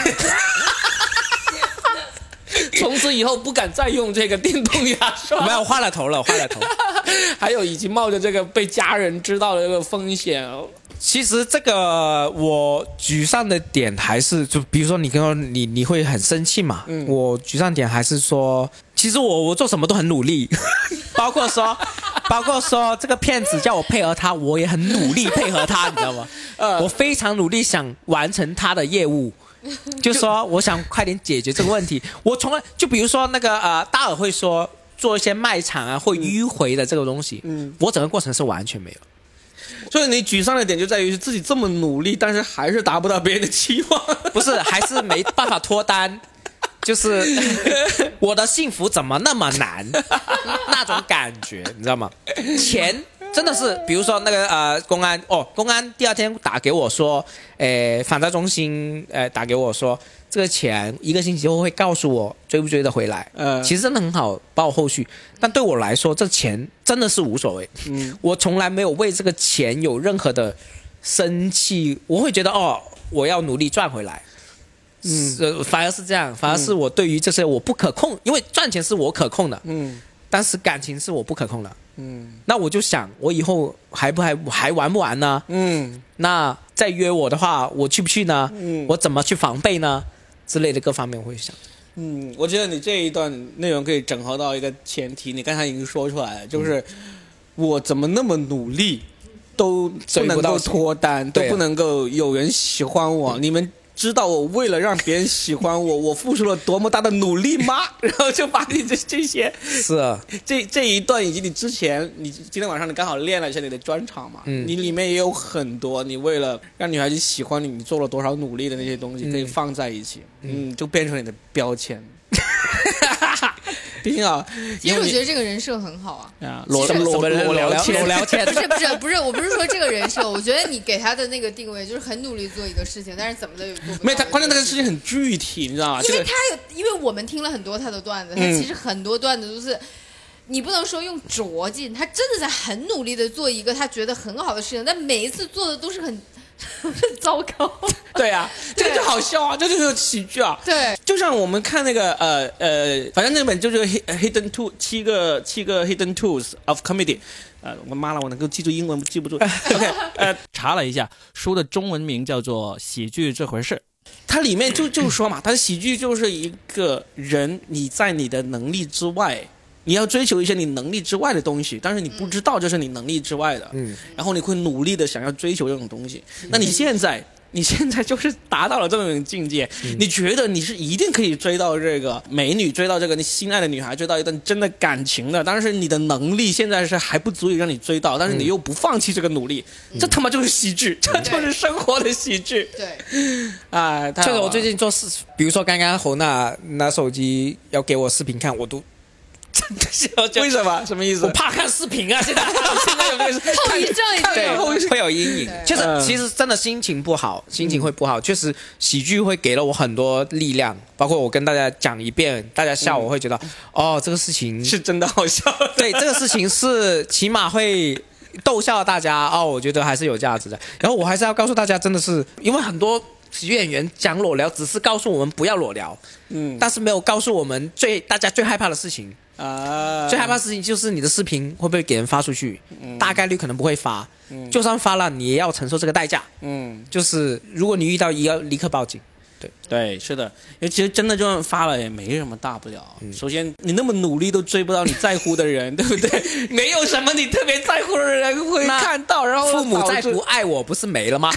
[SPEAKER 4] 从此以后不敢再用这个电动牙
[SPEAKER 3] 没
[SPEAKER 4] 刷，
[SPEAKER 3] 有，换了头了，换了头。
[SPEAKER 1] *laughs*
[SPEAKER 4] 还有已经冒着这个被家人知道的这个风险，
[SPEAKER 3] 其实这个我沮丧的点还是，就比如说你跟我你你会很生气嘛？我沮丧点还是说，其实我我做什么都很努力， *laughs* 包括说， *laughs* 包括说这个骗子叫我配合他，我也很努力配合他，你知道吗？我非常努力想完成他的业务。就说我想快点解决这个问题。 *laughs* 我从来就比如说那个呃，大耳会说做一些卖场啊，会迂回的这个东西。嗯，我整个过程是完全没有。
[SPEAKER 1] 所以你沮丧的点就在于自己这么努力，但是还是达不到别人的期望。
[SPEAKER 3] 不是，还是没办法脱单，就是我的幸福怎么那么难，那种感觉，你知道吗？钱真的是，比如说那个呃，公安哦，公安第二天打给我说，诶、反诈中心诶、呃打给我说，这个钱一个星期后会告诉我追不追得回来。
[SPEAKER 1] 嗯
[SPEAKER 3] 其实真的很好报后续，但对我来说，这钱真的是无所谓。嗯，我从来没有为这个钱有任何的生气，我会觉得哦，我要努力赚回来。嗯，呃反而是这样，反而是我对于这些我不可控，因为赚钱是我可控的，
[SPEAKER 1] *laughs* 嗯
[SPEAKER 3] 但是感情是我不可控的。
[SPEAKER 1] 嗯
[SPEAKER 3] 那我就想，我以后还不还还玩不玩呢？
[SPEAKER 1] 嗯，
[SPEAKER 3] 那再约我的话，我去不去呢？我怎么去防备呢？之类的各方面我会想。
[SPEAKER 1] 嗯，我觉得你这一段内容可以整合到一个前提，你刚才已经说出来了，就是我怎么那么努力，都不
[SPEAKER 3] 追
[SPEAKER 1] 能
[SPEAKER 3] 不到
[SPEAKER 1] 够
[SPEAKER 3] 谁
[SPEAKER 1] 脱单，都
[SPEAKER 3] 对啊
[SPEAKER 1] 不能够有人喜欢我，你们。知道我为了让别人喜欢我，我付出了多么大的努力吗？ *laughs* 然后就把你这这些
[SPEAKER 3] 是啊，
[SPEAKER 1] 这这一段以及你之前，你今天晚上你刚好练了一下你的专场嘛，
[SPEAKER 3] 嗯
[SPEAKER 1] 你里面也有很多你为了让女孩子喜欢你，你做了多少努力的那些东西，可以放在一起，嗯就变成你的标 *laughs* 签。毕竟啊，
[SPEAKER 2] 其
[SPEAKER 1] 因为
[SPEAKER 2] 实我
[SPEAKER 1] 你
[SPEAKER 2] 觉得这个人设很好啊。
[SPEAKER 4] 啊，
[SPEAKER 1] 裸
[SPEAKER 2] 什么
[SPEAKER 1] 裸
[SPEAKER 3] 什么人
[SPEAKER 1] 裸
[SPEAKER 3] 聊
[SPEAKER 1] 聊天
[SPEAKER 3] 裸聊天
[SPEAKER 2] *laughs* 不是不是不是，我不是说这个人设，我觉得你给他的那个定位就是很努力做一个事情，但是怎么都有做不到。
[SPEAKER 1] 没有他，关键那个事情很具体，你知道吗？
[SPEAKER 2] 因
[SPEAKER 1] 啊这
[SPEAKER 2] 为
[SPEAKER 1] 个嗯
[SPEAKER 2] 他有，因为我们听了很多他的段子，他其实很多段子都是。你不能说用拙劲，他真的在很努力的做一个他觉得很好的事情，但每一次做的都是很 *laughs* 很糟糕。 *laughs*
[SPEAKER 1] 对啊，这个
[SPEAKER 2] 对
[SPEAKER 1] 就好笑啊，这就是喜剧啊。
[SPEAKER 2] 对，
[SPEAKER 1] 就像我们看那个呃呃，反正那本就是 Hid- Hidden Two 七个七个 Hidden Tools of Comedy，呃，我妈了，我能够记住英文记不住。OK，呃，
[SPEAKER 4] 查了一下，书的中文名叫做《喜剧这回事》。
[SPEAKER 1] 它里面就就说嘛，它的喜剧就是一个人你在你的能力之外，你要追求一些你能力之外的东西，但是你不知道这是你能力之外的，
[SPEAKER 3] 嗯，
[SPEAKER 1] 然后你会努力的想要追求这种东西。那你现在，你现在就是达到了这种境界，你觉得你是一定可以追到这个美女，追到这个你心爱的女孩，追到一段真的感情的，但是你的能力现在是还不足以让你追到，但是你又不放弃这个努力，这他妈就是喜剧，这就是生活的喜剧 *laughs*
[SPEAKER 2] 对，
[SPEAKER 1] 啊！太好
[SPEAKER 3] 就是我
[SPEAKER 1] 玩
[SPEAKER 3] 最近做事，比如说刚刚侯娜拿手机要给我视频看，我都
[SPEAKER 1] 了为什么？什么意思
[SPEAKER 3] 我？怕看视频啊，现在 *laughs*
[SPEAKER 1] 现在有这个事
[SPEAKER 2] 后遗症已经
[SPEAKER 1] 对
[SPEAKER 2] 有了。
[SPEAKER 1] 后
[SPEAKER 3] 会有阴影
[SPEAKER 2] 对。
[SPEAKER 3] 确实
[SPEAKER 1] 嗯，
[SPEAKER 3] 其实真的心情不好，心情会不好。确实，喜剧会给了我很多力量，包括我跟大家讲一遍，大家笑，我会觉得、
[SPEAKER 1] 嗯
[SPEAKER 3] 哦，这个事情
[SPEAKER 1] *laughs* 是真的好笑。
[SPEAKER 3] 对这个事情是起码会逗笑大家哦，我觉得还是有价值的。然后我还是要告诉大家，真的是因为很多喜剧演员讲裸聊，只是告诉我们不要裸聊，
[SPEAKER 1] 嗯
[SPEAKER 3] 但是没有告诉我们最大家最害怕的事情。
[SPEAKER 1] *laughs* 啊，
[SPEAKER 3] 最害怕的事情就是你的视频会不会给人发出去，
[SPEAKER 1] 嗯
[SPEAKER 3] 大概率可能不会发。就算发了，你也要承受这个代价。
[SPEAKER 1] 嗯，
[SPEAKER 3] 就是如果你遇到一个，立刻报警。
[SPEAKER 1] 对，是的，因为其实真的就算发了也没什么大不了。首先，你那么努力都追不到你在乎的人， *laughs* 对不对？没有什么你特别在乎的人会
[SPEAKER 3] 那
[SPEAKER 1] 看到，然后
[SPEAKER 3] 父母
[SPEAKER 1] 导
[SPEAKER 3] 再
[SPEAKER 1] 致
[SPEAKER 3] 不爱我，不是
[SPEAKER 1] *laughs*
[SPEAKER 3] 没了吗？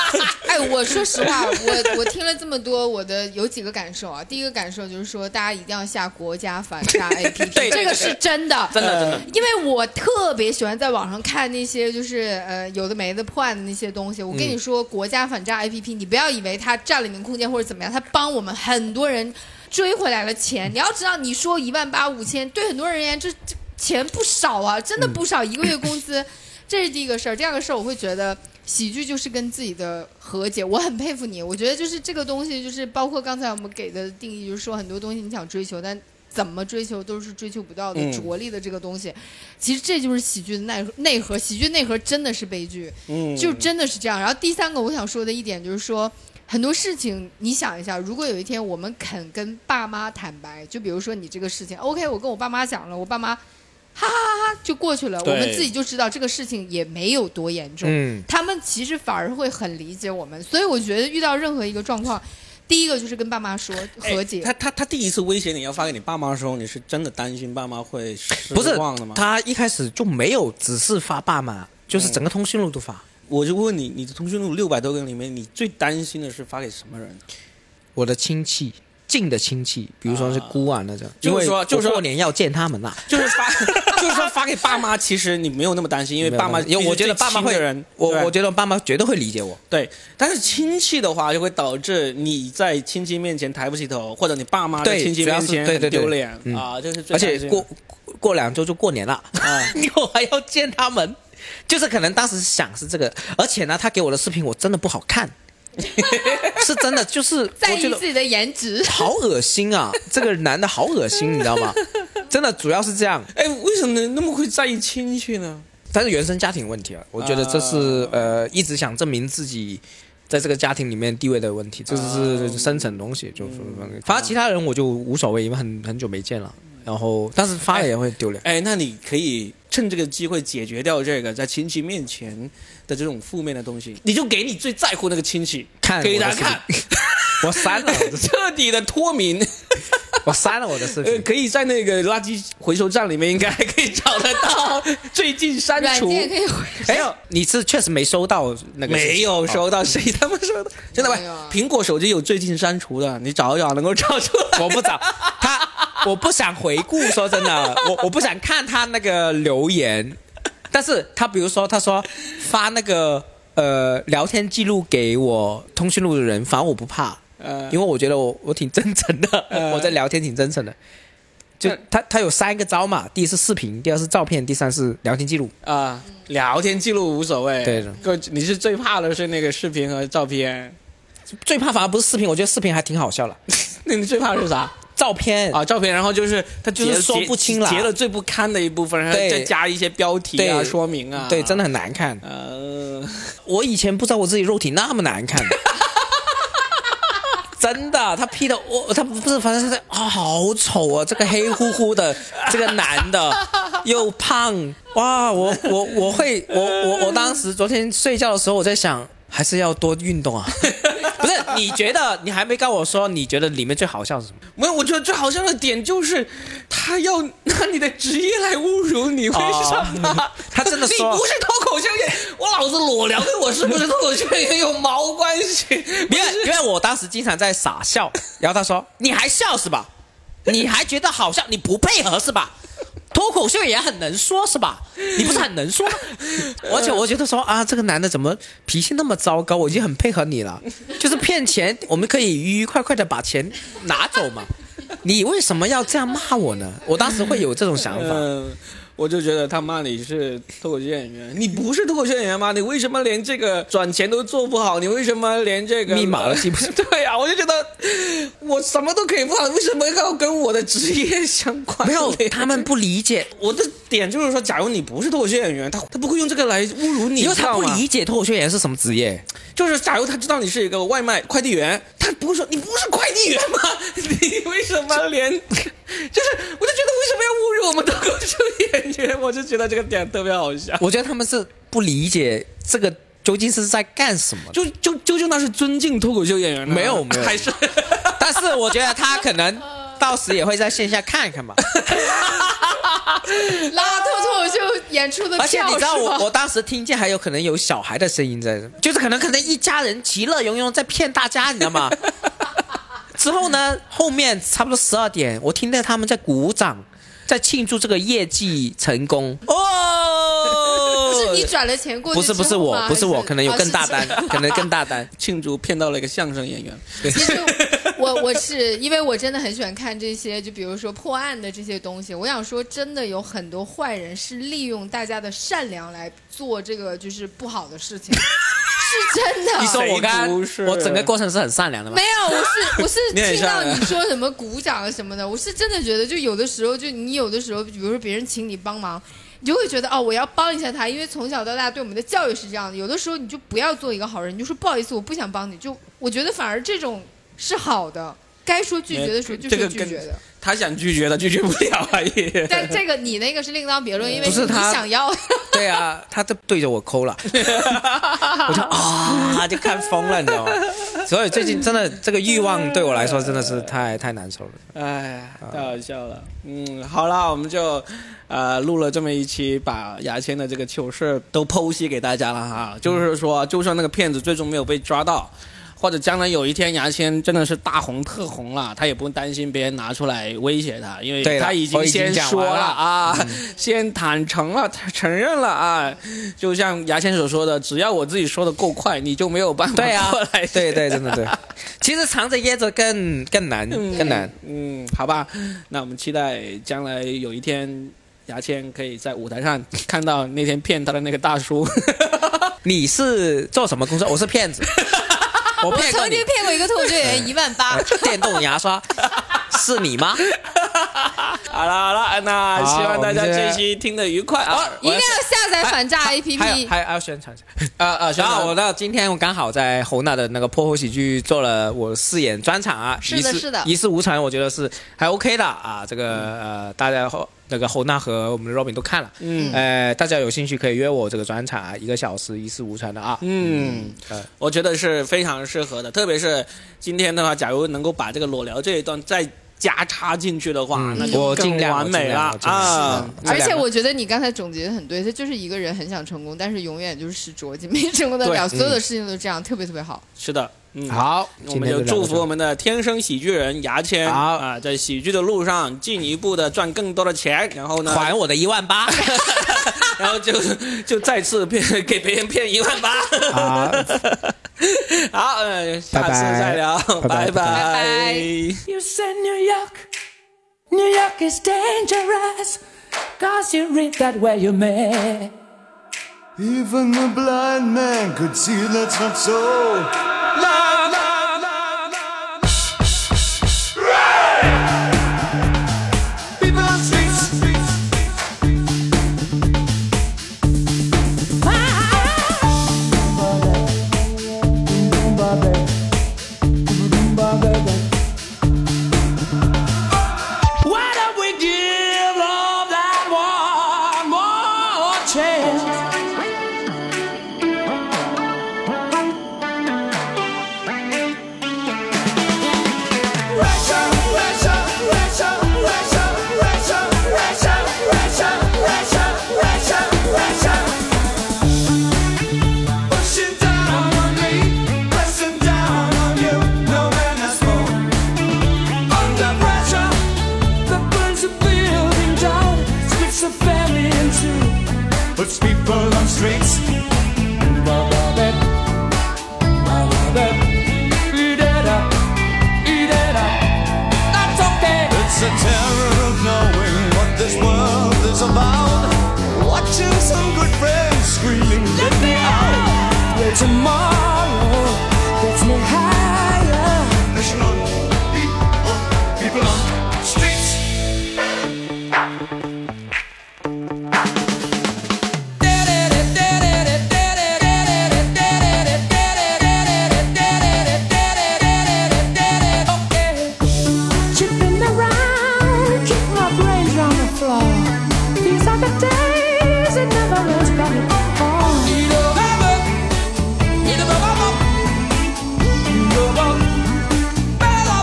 [SPEAKER 2] *laughs* 哎，我说实话，我我听了这么多，我的有几个感受啊。第一个感受就是说，大家一定要下国家
[SPEAKER 3] *laughs*
[SPEAKER 2] 反诈 APP，
[SPEAKER 3] 对对
[SPEAKER 2] 这个
[SPEAKER 3] 对
[SPEAKER 2] 是真的，
[SPEAKER 3] 真的真的。
[SPEAKER 2] 因为我特别喜欢在网上看那些就是呃有的没的破案的那些东西。我
[SPEAKER 3] 嗯
[SPEAKER 2] 跟你说，国家反诈 APP，你不要以为它占了你们空间或者怎么样，它帮我们很多人追回来了钱。你要知道，你说一万八五千，对很多人而言，这这钱不少啊，真的不少，一个月工资。这是第一个事儿，第二个事儿我会觉得喜剧就是跟自己的和解，我很佩服你。我觉得就是这个东西，就是包括刚才我们给的定义，就是说很多东西你想追求，但怎么追求都是追求不到的
[SPEAKER 1] 嗯
[SPEAKER 2] 着力的这个东西。其实这就是喜剧的内内核，喜剧内核真的是悲剧，
[SPEAKER 1] 嗯
[SPEAKER 2] 就真的是这样。然后第三个我想说的一点就是说。很多事情，你想一下，如果有一天我们肯跟爸妈坦白，就比如说你这个事情，OK，我跟我爸妈讲了，我爸妈哈哈哈哈就过去了，我
[SPEAKER 1] 对
[SPEAKER 2] 们自己就知道这个事情也没有多严重。
[SPEAKER 3] 嗯，
[SPEAKER 2] 他们其实反而会很理解我们，所以我觉得遇到任何一个状况，第一个就是跟爸妈说和解。
[SPEAKER 1] 哎他他他第一次威胁你要发给你爸妈的时候，你是真的担心爸妈会失
[SPEAKER 3] 不是
[SPEAKER 1] 望的吗？嗯
[SPEAKER 3] 他一开始就没有只是发爸妈，就是整个通讯录都发。
[SPEAKER 1] 我就问你，你的通讯录六百多个人里面，你最担心的是发给什么人？
[SPEAKER 3] 我的亲戚，近的亲戚，比如说是姑啊那种，
[SPEAKER 1] 嗯就是说
[SPEAKER 3] 因为我
[SPEAKER 1] 就是说
[SPEAKER 3] 过年要见他们呐、啊
[SPEAKER 1] 就是发， *laughs* 就是说发给爸妈，其实你没有那么担心，因为爸妈，
[SPEAKER 3] 因为我觉得爸妈会，
[SPEAKER 1] 人，
[SPEAKER 3] 我
[SPEAKER 1] 对
[SPEAKER 3] 我觉得爸妈绝对会理解我。
[SPEAKER 1] 对，但是亲戚的话，就会导致你在亲戚面前抬不起头，或者你爸妈在
[SPEAKER 3] 对
[SPEAKER 1] 亲戚
[SPEAKER 3] 主要
[SPEAKER 1] 面
[SPEAKER 3] 是
[SPEAKER 1] 前
[SPEAKER 3] 对
[SPEAKER 1] 很
[SPEAKER 3] 对对
[SPEAKER 1] 丢脸
[SPEAKER 3] 嗯
[SPEAKER 1] 啊，这是最
[SPEAKER 3] 而
[SPEAKER 1] 担
[SPEAKER 3] 且
[SPEAKER 1] 心的
[SPEAKER 3] 过过两周就过年了， *laughs*
[SPEAKER 1] 啊
[SPEAKER 3] 我还要见他们，就是可能当时想是这个，而且呢，他给我的视频我真的不好
[SPEAKER 1] *laughs*
[SPEAKER 3] 看，是真的，就是
[SPEAKER 2] 在
[SPEAKER 3] 我觉
[SPEAKER 2] 意
[SPEAKER 3] 得
[SPEAKER 2] 自己的颜值，
[SPEAKER 3] 好恶心啊，这个男的好恶心，你知道吗？真的主要是这样，
[SPEAKER 1] 哎，为什么那么会在意亲戚呢？
[SPEAKER 3] 他是原生家庭问题啊，我觉得这是、呃一直想证明自己在这个家庭里面地位的问题，这
[SPEAKER 1] 啊
[SPEAKER 3] 是深层东西，就是
[SPEAKER 1] 嗯
[SPEAKER 3] 反正其他人我就无所谓，因为很很久没见了，然后但是发了也会丢脸。
[SPEAKER 1] 哎，那你可以趁这个机会解决掉这个在亲戚面前的这种负面的东西，你就给你最在乎那个亲戚
[SPEAKER 3] 看
[SPEAKER 1] 给
[SPEAKER 3] 我的
[SPEAKER 1] 他
[SPEAKER 3] 视
[SPEAKER 1] 看， *laughs*
[SPEAKER 3] *laughs* 我删了我的，
[SPEAKER 1] 彻底的脱 *laughs* 敏。
[SPEAKER 3] 我删了我的视
[SPEAKER 1] 呃，
[SPEAKER 3] 频。
[SPEAKER 1] 可以在那个垃圾回收站里面应该还可以找得到，最近删
[SPEAKER 2] 软
[SPEAKER 1] 除。
[SPEAKER 2] 件可以回。
[SPEAKER 3] 哎，你是确实没收到那个视频？哦
[SPEAKER 1] 没有收到， *laughs* 谁他妈收到？真的吧
[SPEAKER 2] 没有啊？
[SPEAKER 1] 苹果手机有最近删除的，你找一找能够找出来。
[SPEAKER 3] 我不找他，我不想回顾。说真的，我我不想看他那个留言。但是他比如说，他说发那个呃聊天记录给我通讯录的人，反正我不怕，
[SPEAKER 1] 呃
[SPEAKER 3] 因为我觉得我我挺真诚的，
[SPEAKER 1] 呃
[SPEAKER 3] 我在聊天挺真诚的。就
[SPEAKER 1] 那
[SPEAKER 3] 他他有三个招嘛，第一是视频，第二是照片，第三是聊天记录。
[SPEAKER 1] *laughs* 啊，聊天记录无所谓。
[SPEAKER 3] 对的
[SPEAKER 1] 哥，你是最怕的是那个视频和照片， *laughs*
[SPEAKER 3] 最怕反而不是视频，我觉得视频还挺好笑的。
[SPEAKER 1] 那你最怕的是啥
[SPEAKER 3] 照片
[SPEAKER 1] 啊？照片，然后就是他
[SPEAKER 3] 就是说不清了
[SPEAKER 1] 截了最不堪的一部分，然后
[SPEAKER 3] 对
[SPEAKER 1] 再加一些标题啊、
[SPEAKER 3] 对
[SPEAKER 1] 说明啊。
[SPEAKER 3] 对，真的。很难看。
[SPEAKER 1] 呃，
[SPEAKER 3] 我以前不知道我自己肉体那么难看， *laughs* 真的，他 P 的我，他不是，反正是啊、好丑啊，这个黑乎
[SPEAKER 1] *laughs*
[SPEAKER 3] 乎的，这个男的又胖，哇，我我我会，我我我当时昨天睡觉的时候，我在想，还是要多运动
[SPEAKER 1] *laughs*
[SPEAKER 3] 啊。不是，你觉得你还没跟我说，你觉得里面最好笑是什么？
[SPEAKER 1] 没有，我觉得最好笑的点就是，他要拿你的职业来侮辱你，为什 *laughs* 么？
[SPEAKER 3] 啊他真的说
[SPEAKER 1] 你不是脱口秀演员，我老子裸聊跟我是不是脱口秀演员有毛关系？
[SPEAKER 3] *laughs* 因为因为我当时经常在傻笑，然后他说：“你还笑是吧？你还觉得好笑？你不配合是吧？脱口秀也很能说是吧？你不是很能说吗？ *laughs* 而且我觉得说啊，这个男的怎么脾气那么糟糕？我已经很配合你了，就是骗钱，我们可以愉愉快快的把钱拿走嘛。你为什么要这样骂我呢？我当时会有这种想法。
[SPEAKER 1] 嗯、我就觉得他骂你是脱口秀演员，你不是脱口秀演员吗？你为什么连这个转钱都做不好？你为什么连这个
[SPEAKER 3] 密码都记不住
[SPEAKER 1] *laughs* 对呀、我就觉得我什么都可以不好，为什么要跟我的职业相关
[SPEAKER 3] *laughs* 没
[SPEAKER 1] 联？
[SPEAKER 3] 有，他们不理解，
[SPEAKER 1] 我的点就是说，假如你不是脱口秀演员，他他不会用这个来侮辱你，
[SPEAKER 3] 因为
[SPEAKER 1] 知
[SPEAKER 3] 他
[SPEAKER 1] 道
[SPEAKER 3] 不
[SPEAKER 1] 吗
[SPEAKER 3] 理解脱口秀演员是什么职业。
[SPEAKER 1] 就是假如他知道你是一个外卖快递员，他不会说你不是快递员吗？ *laughs* 你为什么连？ *laughs* 就是我就觉得为什么要侮辱我们脱口秀演员？我就觉得这个点特别好笑。
[SPEAKER 3] 我觉得他们是不理解这个究竟是在干什么的。
[SPEAKER 1] 就就究竟那是尊敬脱口秀演员呢？啊
[SPEAKER 3] 没有没有
[SPEAKER 1] 还 *laughs* 是
[SPEAKER 3] 但是我觉得他可能到时也会在线下看看吧。
[SPEAKER 2] 拉脱脱口秀演出的
[SPEAKER 3] *laughs* 而且
[SPEAKER 2] 票
[SPEAKER 3] 你
[SPEAKER 2] 是
[SPEAKER 3] 知道我，
[SPEAKER 2] 吗？
[SPEAKER 3] 我当时听见还有可能有小孩的声音在，就是可能可能一家人其乐融融在骗大家，你知
[SPEAKER 2] *laughs*
[SPEAKER 3] 道吗？之后呢，后面差不多十二点，我听到他们在鼓掌，在庆祝这个业绩成功。哦，
[SPEAKER 2] 不是你转了钱过去
[SPEAKER 3] *laughs* 不是不是我，不
[SPEAKER 2] *laughs*
[SPEAKER 3] 是我，可能有更大单
[SPEAKER 2] 单。啊是，
[SPEAKER 3] 可能更
[SPEAKER 2] *laughs*
[SPEAKER 3] 大单。
[SPEAKER 1] 庆祝骗到了一个相声演员？
[SPEAKER 2] 其实我我是因为我真的很喜欢看这些，就比如说破案的这些东西。我想说，真的有很多
[SPEAKER 3] *laughs*
[SPEAKER 2] 坏人是利用大家的善良来做这个就是不好的事情，是真的。
[SPEAKER 3] 你说我刚
[SPEAKER 1] 谁不是
[SPEAKER 3] 刚我整个过程是很善良的吗
[SPEAKER 2] 没？有，我
[SPEAKER 3] *laughs*
[SPEAKER 2] 是我是
[SPEAKER 1] 你很
[SPEAKER 2] 听到
[SPEAKER 1] 善良
[SPEAKER 2] 你说什么鼓掌什么的，我是真的觉得，就有的时候，就你有的时候，比如说别人请你帮忙，你就会觉得哦，我要帮一下他，因为从小到大对我们的教育是这样的。有的时候你就不要做一个好人，你就说不好意思，我不想帮你。就我觉得反而这种是好的，该说拒绝的时候就
[SPEAKER 1] 这
[SPEAKER 2] 说
[SPEAKER 1] 个
[SPEAKER 2] 拒
[SPEAKER 1] 跟
[SPEAKER 2] 绝的。
[SPEAKER 1] 他想拒绝的拒绝不了啊而已。
[SPEAKER 2] 但这个你那个是另当别论，因为
[SPEAKER 3] 不是
[SPEAKER 2] 你
[SPEAKER 3] 他
[SPEAKER 2] 想要
[SPEAKER 3] 对啊，他就对着我抠了， *laughs* 我就啊就看疯了，你知道吗？所以最近真的这个欲望对我来说真的是太太难受了。
[SPEAKER 1] 哎，太好笑了。嗯，好啦，我们就呃录了这么一期，把牙签的这个糗事都剖析给大家了哈。就是说，就算那个骗子最终没有被抓到，或者将来有一天牙签真的是大红特红了，他也不用担心别人拿出来威胁他，因为
[SPEAKER 3] 对了
[SPEAKER 1] 他已经
[SPEAKER 3] 我已经
[SPEAKER 1] 先
[SPEAKER 3] 讲完
[SPEAKER 1] 说
[SPEAKER 3] 了嗯
[SPEAKER 1] 啊，先坦诚了，承认了啊。就像牙签所说的，只要我自己说的够快，你就没有办法
[SPEAKER 3] 对啊
[SPEAKER 1] 过来。，
[SPEAKER 3] 对对，真的对。 *laughs* 其实藏着掖着更更难更难。
[SPEAKER 1] 嗯，好吧，那我们期待将来有一天。牙签可以在舞台上看到那天骗他的那个大
[SPEAKER 3] *laughs*
[SPEAKER 1] 叔，
[SPEAKER 3] 你是做什么工作？我是骗 *laughs* 子，我
[SPEAKER 5] 我
[SPEAKER 3] 骗过
[SPEAKER 5] 曾
[SPEAKER 3] 你哎
[SPEAKER 5] 经。
[SPEAKER 3] 呃
[SPEAKER 5] 骗过一个脱口
[SPEAKER 3] *laughs*
[SPEAKER 5] 秀演员一万八，
[SPEAKER 3] 电动牙刷是你吗？
[SPEAKER 1] 好了好了，那
[SPEAKER 3] 好
[SPEAKER 1] 希望大家
[SPEAKER 3] 我们
[SPEAKER 1] 这
[SPEAKER 3] 先
[SPEAKER 1] 一期听得愉快啊！
[SPEAKER 2] 一定要下载反诈
[SPEAKER 3] 还有
[SPEAKER 2] APP。
[SPEAKER 3] 还有还要宣传一
[SPEAKER 1] *laughs*
[SPEAKER 3] 下。
[SPEAKER 1] 啊啊，
[SPEAKER 3] 然
[SPEAKER 1] 然
[SPEAKER 3] 后
[SPEAKER 1] 后
[SPEAKER 3] 我
[SPEAKER 1] 我
[SPEAKER 3] 到今天我刚好在侯娜的那个破后喜剧做了我饰演专场啊，
[SPEAKER 2] 是的
[SPEAKER 3] 一事
[SPEAKER 2] 是的
[SPEAKER 3] 一事无成，我觉得是还 OK 的啊。这个呃，大家后那个侯娜和我们的 Robin 都看了，嗯，呃，大家有兴趣可以约我这个专场啊，一个小时一事无成的啊，
[SPEAKER 1] 嗯，
[SPEAKER 3] 呃，
[SPEAKER 1] 我觉得是非常适合的，特别是今天的话，假如能够把这个裸聊这一段再加插进去的话，那就
[SPEAKER 3] 嗯我
[SPEAKER 1] 更
[SPEAKER 3] 尽量
[SPEAKER 1] 完美了
[SPEAKER 3] 我尽量
[SPEAKER 1] 啊！
[SPEAKER 3] 我尽量是的
[SPEAKER 2] 而
[SPEAKER 3] 这
[SPEAKER 2] 且
[SPEAKER 3] 两个
[SPEAKER 2] 我觉得你刚才总结的很对，他就是一个人很想成功，但是永远就是执着，就没成功得了。
[SPEAKER 1] 对
[SPEAKER 2] 所
[SPEAKER 3] 嗯
[SPEAKER 2] 有的事情都这样，特别特别好。
[SPEAKER 1] 是的，嗯，
[SPEAKER 3] 好，
[SPEAKER 1] 我们就祝福我
[SPEAKER 3] 们
[SPEAKER 1] 们的天生喜剧人牙签
[SPEAKER 3] 好
[SPEAKER 1] 啊，在喜剧的路上进一步的赚更多的钱，然后呢，
[SPEAKER 3] 还我的一万八
[SPEAKER 1] *laughs* 然后就就再次骗给别人骗一万八。
[SPEAKER 3] 啊，
[SPEAKER 1] *laughs* 好，呃，下次再聊，拜
[SPEAKER 3] 拜拜拜拜
[SPEAKER 2] 拜拜
[SPEAKER 6] You said New York, New York is dangerous, cause you read that where you may.
[SPEAKER 7] Even the blind man could see that's not so. La, la, la, la. People on streets, streets.
[SPEAKER 6] Why don't we give love that one more chance? Russia, Russia, Russia, Russia, Russia, Russia, Russia, Russia, Russia, Russia. Pushing down on me, pressing down on you, no man is born. Under pressure, the burns are building down, splits the family in two.
[SPEAKER 7] Puts people on streets.
[SPEAKER 6] Eat it up, eat it up. That's okay.
[SPEAKER 7] It's the terror of knowing what this world is about. Watching some good friends screaming, let me out.
[SPEAKER 6] Where tomorrow gets me higher.
[SPEAKER 7] Pushing on, people, people on streets.
[SPEAKER 6] Chipping around, kick my brains on the floor. These are the days it never was better before. Need a rubber, need a rubber, need a rubber, better.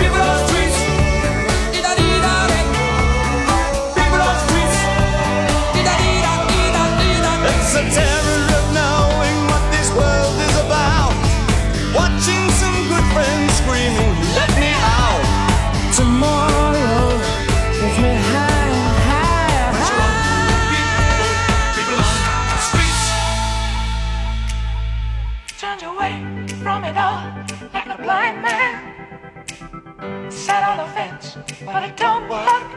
[SPEAKER 6] People on the streets, da-da-dee-da-dee. People on the streets, da-da-dee-da-dee-da-dee-da.
[SPEAKER 7] It's the terror of knowing what this world is about. Watching some good friends screaming, let me out.
[SPEAKER 6] Tomorrow takes me higher, higher,
[SPEAKER 7] People on the streets.
[SPEAKER 8] turned away from it all like a blind man. Sat on the fence, but it don't work.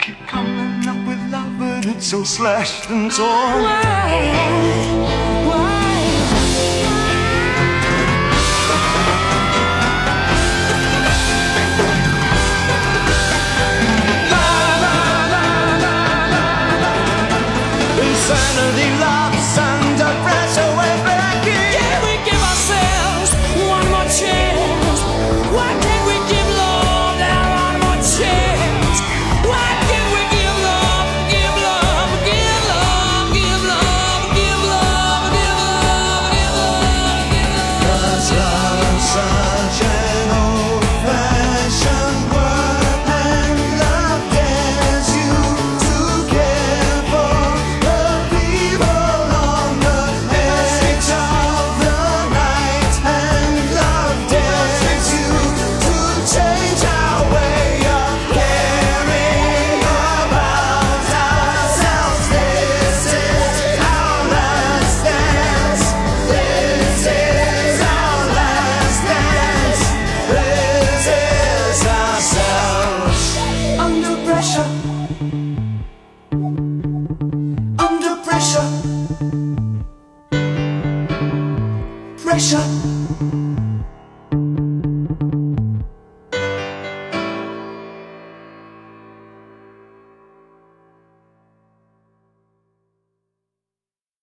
[SPEAKER 7] Keep coming up with love, but it's so slashed and torn.
[SPEAKER 6] higher.